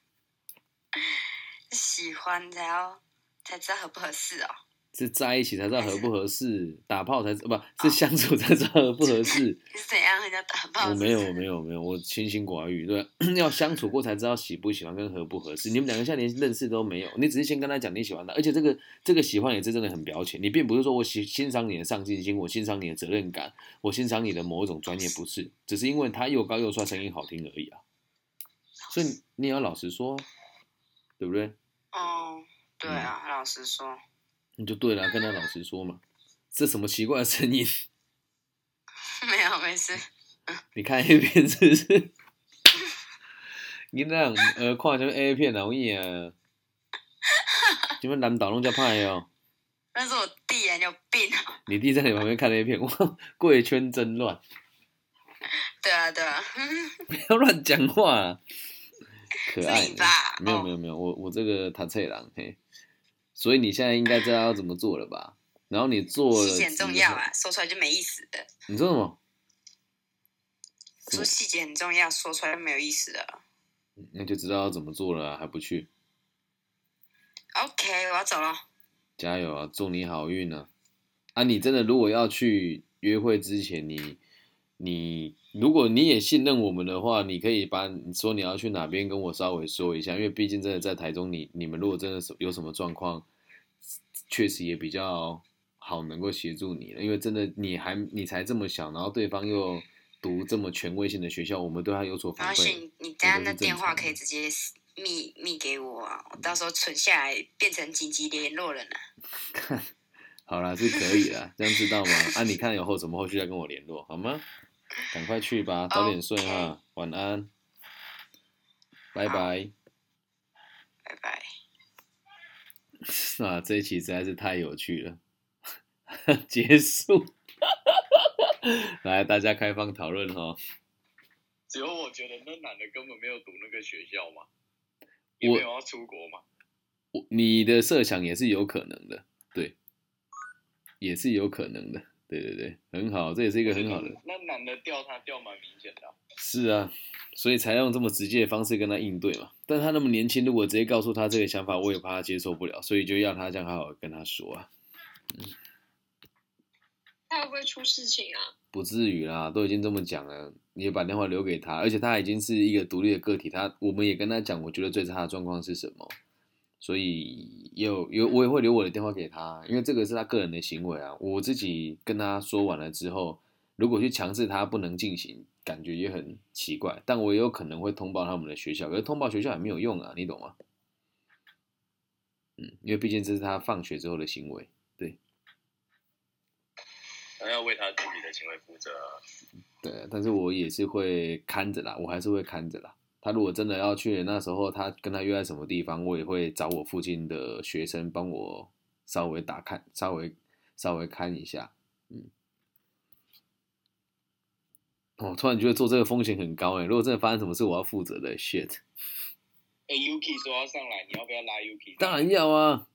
喜欢才要才知道合不合适哦。是在一起才知道合不合适，打炮才知不是相处才知道合不合适。你是怎样人家打 爆？哦我没有，我没有，我没有，我清心寡欲，对， 要相处过才知道喜不喜欢跟合不合适。你们两个现在连认识都没有，你只是先跟他讲你喜欢他，而且这个这个喜欢也是真的很表浅，你并不是说我喜欣赏你的上进心，我欣赏你的责任感，我欣赏你的某一种专业，不是，只是因为他又高又帅，声音好听而已啊。所以你也要老实说，对不对？哦，对啊，老实说，你就对了啊，跟他老实说嘛。这什么奇怪的声音？ 没有没事，你看 A 片是不是？你那样呃，看什么 A 片容易啊？你们南岛拢遮歹哦！那是我弟啊，你有病啊！你弟在你旁边看 A 片，哇，贵圈真乱，对啊对啊，不要乱讲话啊、可爱是你吧没有哦没有没有，我我这个塔翠郎嘿，所以你现在应该知道要怎么做了吧？然后你做了细节很之后重要啊，说出来就没意思了。你说什么？我说细节很重要，说出来就没有意思了。那就知道要怎么做了啊、还不去？ OK，我要走了。加油啊！祝你好运啊！啊，你真的如果要去约会之前，你你如果你也信任我们的话，你可以把你说你要去哪边跟我稍微说一下，因为毕竟真的在台中，你你们如果真的是有什么状况，确实也比较好能够协助你了。因为真的你还你才这么小，然后对方又读这么权威性的学校，我们对他有所然反后馈。你你等下这都那是正电话常的可以直接密密给我啊，我到时候存下来变成紧急联络人了。好啦，是可以啦，这样知道吗？啊，你看有后什么后续再跟我联络好吗？赶快去吧，早点睡哈晚安，拜拜。拜拜。啊，这一期实在是太有趣了， 结束。来，大家开放讨论哈。只有我觉得那男的根本没有读那个学校嘛，也我没有要出国嘛。我你的设想也是有可能的，对，也是有可能的，对对对，很好，这也是一个很好的。那男的钓他钓蛮明显的啊、是啊，所以才用这么直接的方式跟他应对嘛。但他那么年轻，如果直接告诉他这个想法，我也怕他接受不了，所以就要他这样好好跟他说啊，他会不会出事情啊？不至于啦，都已经这么讲了，你也把电话留给他，而且他已经是一个独立的个体，他我们也跟他讲，我觉得最差的状况是什么，所以也有有我也会留我的电话给他，因为这个是他个人的行为啊，我自己跟他说完了之后。如果去强制他不能进行，感觉也很奇怪。但我也有可能会通报他们的学校，可是通报学校也没有用啊，你懂吗？嗯，因为毕竟这是他放学之后的行为。他呃要为他自己的行为负责。对，但是我也是会看着啦，我还是会看着啦。他如果真的要去，那时候他跟他约在什么地方，我也会找我附近的学生帮我稍微打看，稍微稍微看一下。嗯，哦，突然觉得做这个风险很高哎、如果真的发生什么事，我要负责的。shit，哎、y u k i 说要上来，你要不要拉 Yuki？当然要啊！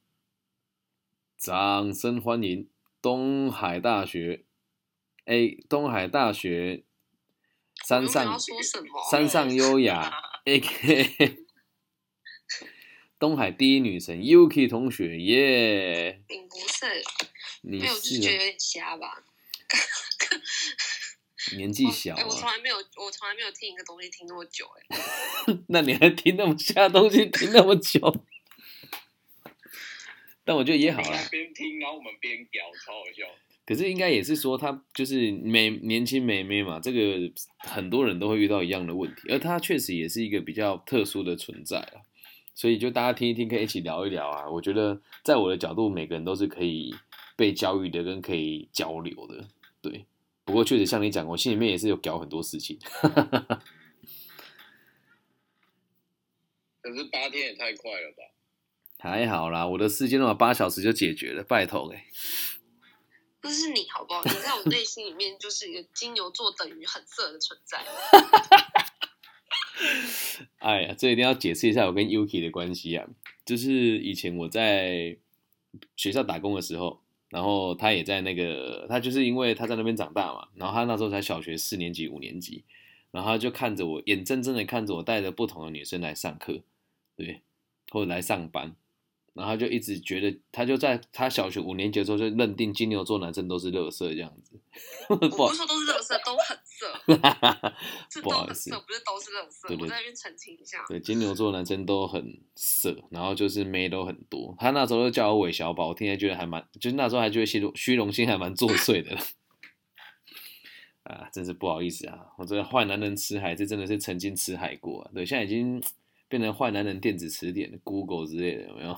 掌声欢迎东海大学，哎，东海大学山我又上没有说什么山欸上优雅，A K A 东海第一女神 Yuki 同学耶并不是，你没有，哎就是觉得是有点瞎吧。啊年纪小哎、我从啊，来没有，我从来没有听一个东西听那么久、哎， 那你还听那么下东西听那么久， 但我觉得也好你啦看。边听，然后我们边屌，超好笑。可是应该也是说，她就是美年轻美眉嘛，这个很多人都会遇到一样的问题，而她确实也是一个比较特殊的存在啊。所以就大家听一听，可以一起聊一聊啊。我觉得在我的角度，每个人都是可以被教育的，跟可以交流的。对，不过确实像你讲，我心里面也是有搞很多事情。 可是八天也太快了吧？还好啦，我的事件的话，八小时就解决了，拜托哎、不是你好不好？你在我内心里面就是一个金牛座等于很色的存在。哎呀，这一定要解释一下我跟 Yuki 的关系啊。就是以前我在学校打工的时候，然后他也在那个，他就是因为他在那边长大嘛，然后他那时候才小学四年级、五年级，然后他就看着我，眼睁睁的看着我带着不同的女生来上课，对，或者来上班，然后他就一直觉得，他就在他小学五年级的时候就认定金牛座男生都是垃圾这样子， 我 不不好是说都是乐色，都很 色，这不都好意很思色，不是都是乐色。对对我在那边澄清一下，对，金牛座男生都很色，然后就是妹都很多。他那时候就叫我韦小宝，我听起来觉得还蛮，就是那时候还觉得虚荣虚荣心还蛮作祟的。 啊，真是不好意思啊！我这坏男人吃海，这真的是曾经吃海过啊。对，现在已经变成坏男人电子词典、Google 之类的，有没有？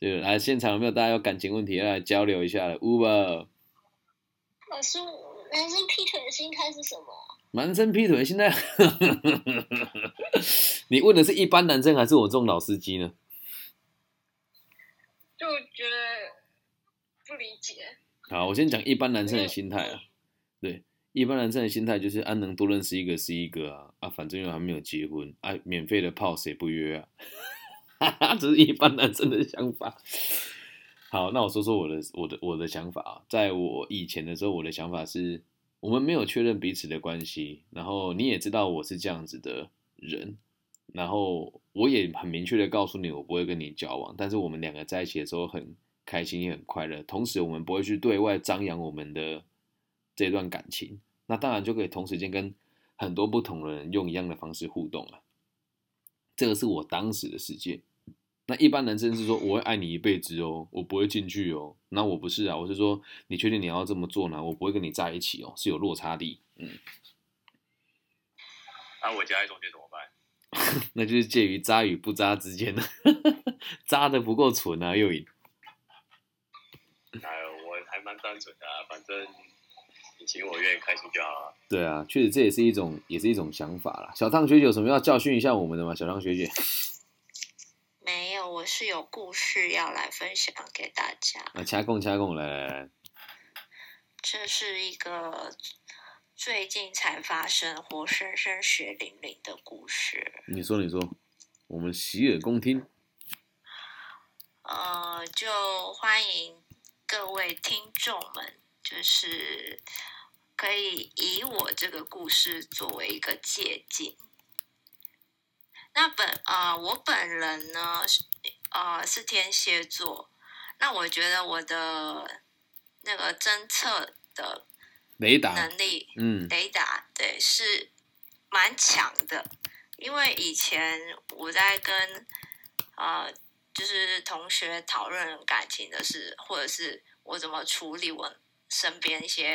对，来现场有没有大家有感情问题要来交流一下的？Uber，可是男生劈腿的心态是什么？男生劈腿现在， 你问的是一般男生还是我这种老司机呢？就觉得不理解。好，我先讲一般男生的心态啊。对，一般男生的心态就是啊，能多认识一个是一个啊，啊，反正又还没有结婚，啊，免费的泡谁不约啊？ 哈哈，这是一般男生的想法。好，那我说说我的我的我的想法啊，在我以前的时候，我的想法是我们没有确认彼此的关系，然后你也知道我是这样子的人，然后我也很明确的告诉你，我不会跟你交往，但是我们两个在一起的时候很开心也很快乐，同时我们不会去对外张扬我们的这段感情，那当然就可以同时间跟很多不同的人用一样的方式互动了。这个是我当时的世界。那一般男生是说我会爱你一辈子哦，我不会进去哦。那我不是啊，我是说你确定你要这么做呢？我不会跟你在一起哦，是有落差的。嗯，啊，我夹在中间怎么办？那就是介于渣与不渣之间的， 渣的不够纯啊，又赢。 哎呦，我还蛮单纯的、啊，反正你情我愿，开心就好了。对啊，确实这也是一种，也是一种想法啦。小烫学姐有什么要教训一下我们的吗？小烫学姐，没有，我是有故事要来分享给大家。啊，掐供掐供，来来来，这是一个最近才发生、活生生、血淋淋的故事。你说你说，我们洗耳恭听。呃，就欢迎各位听众们，就是可以以我这个故事作为一个借鉴。那本啊、呃我本人呢是呃是天蝎座，那我觉得我的那个侦测的雷达，能力嗯雷达对是蛮强的，因为以前我在跟呃就是同学讨论感情的事，或者是我怎么处理我身边一些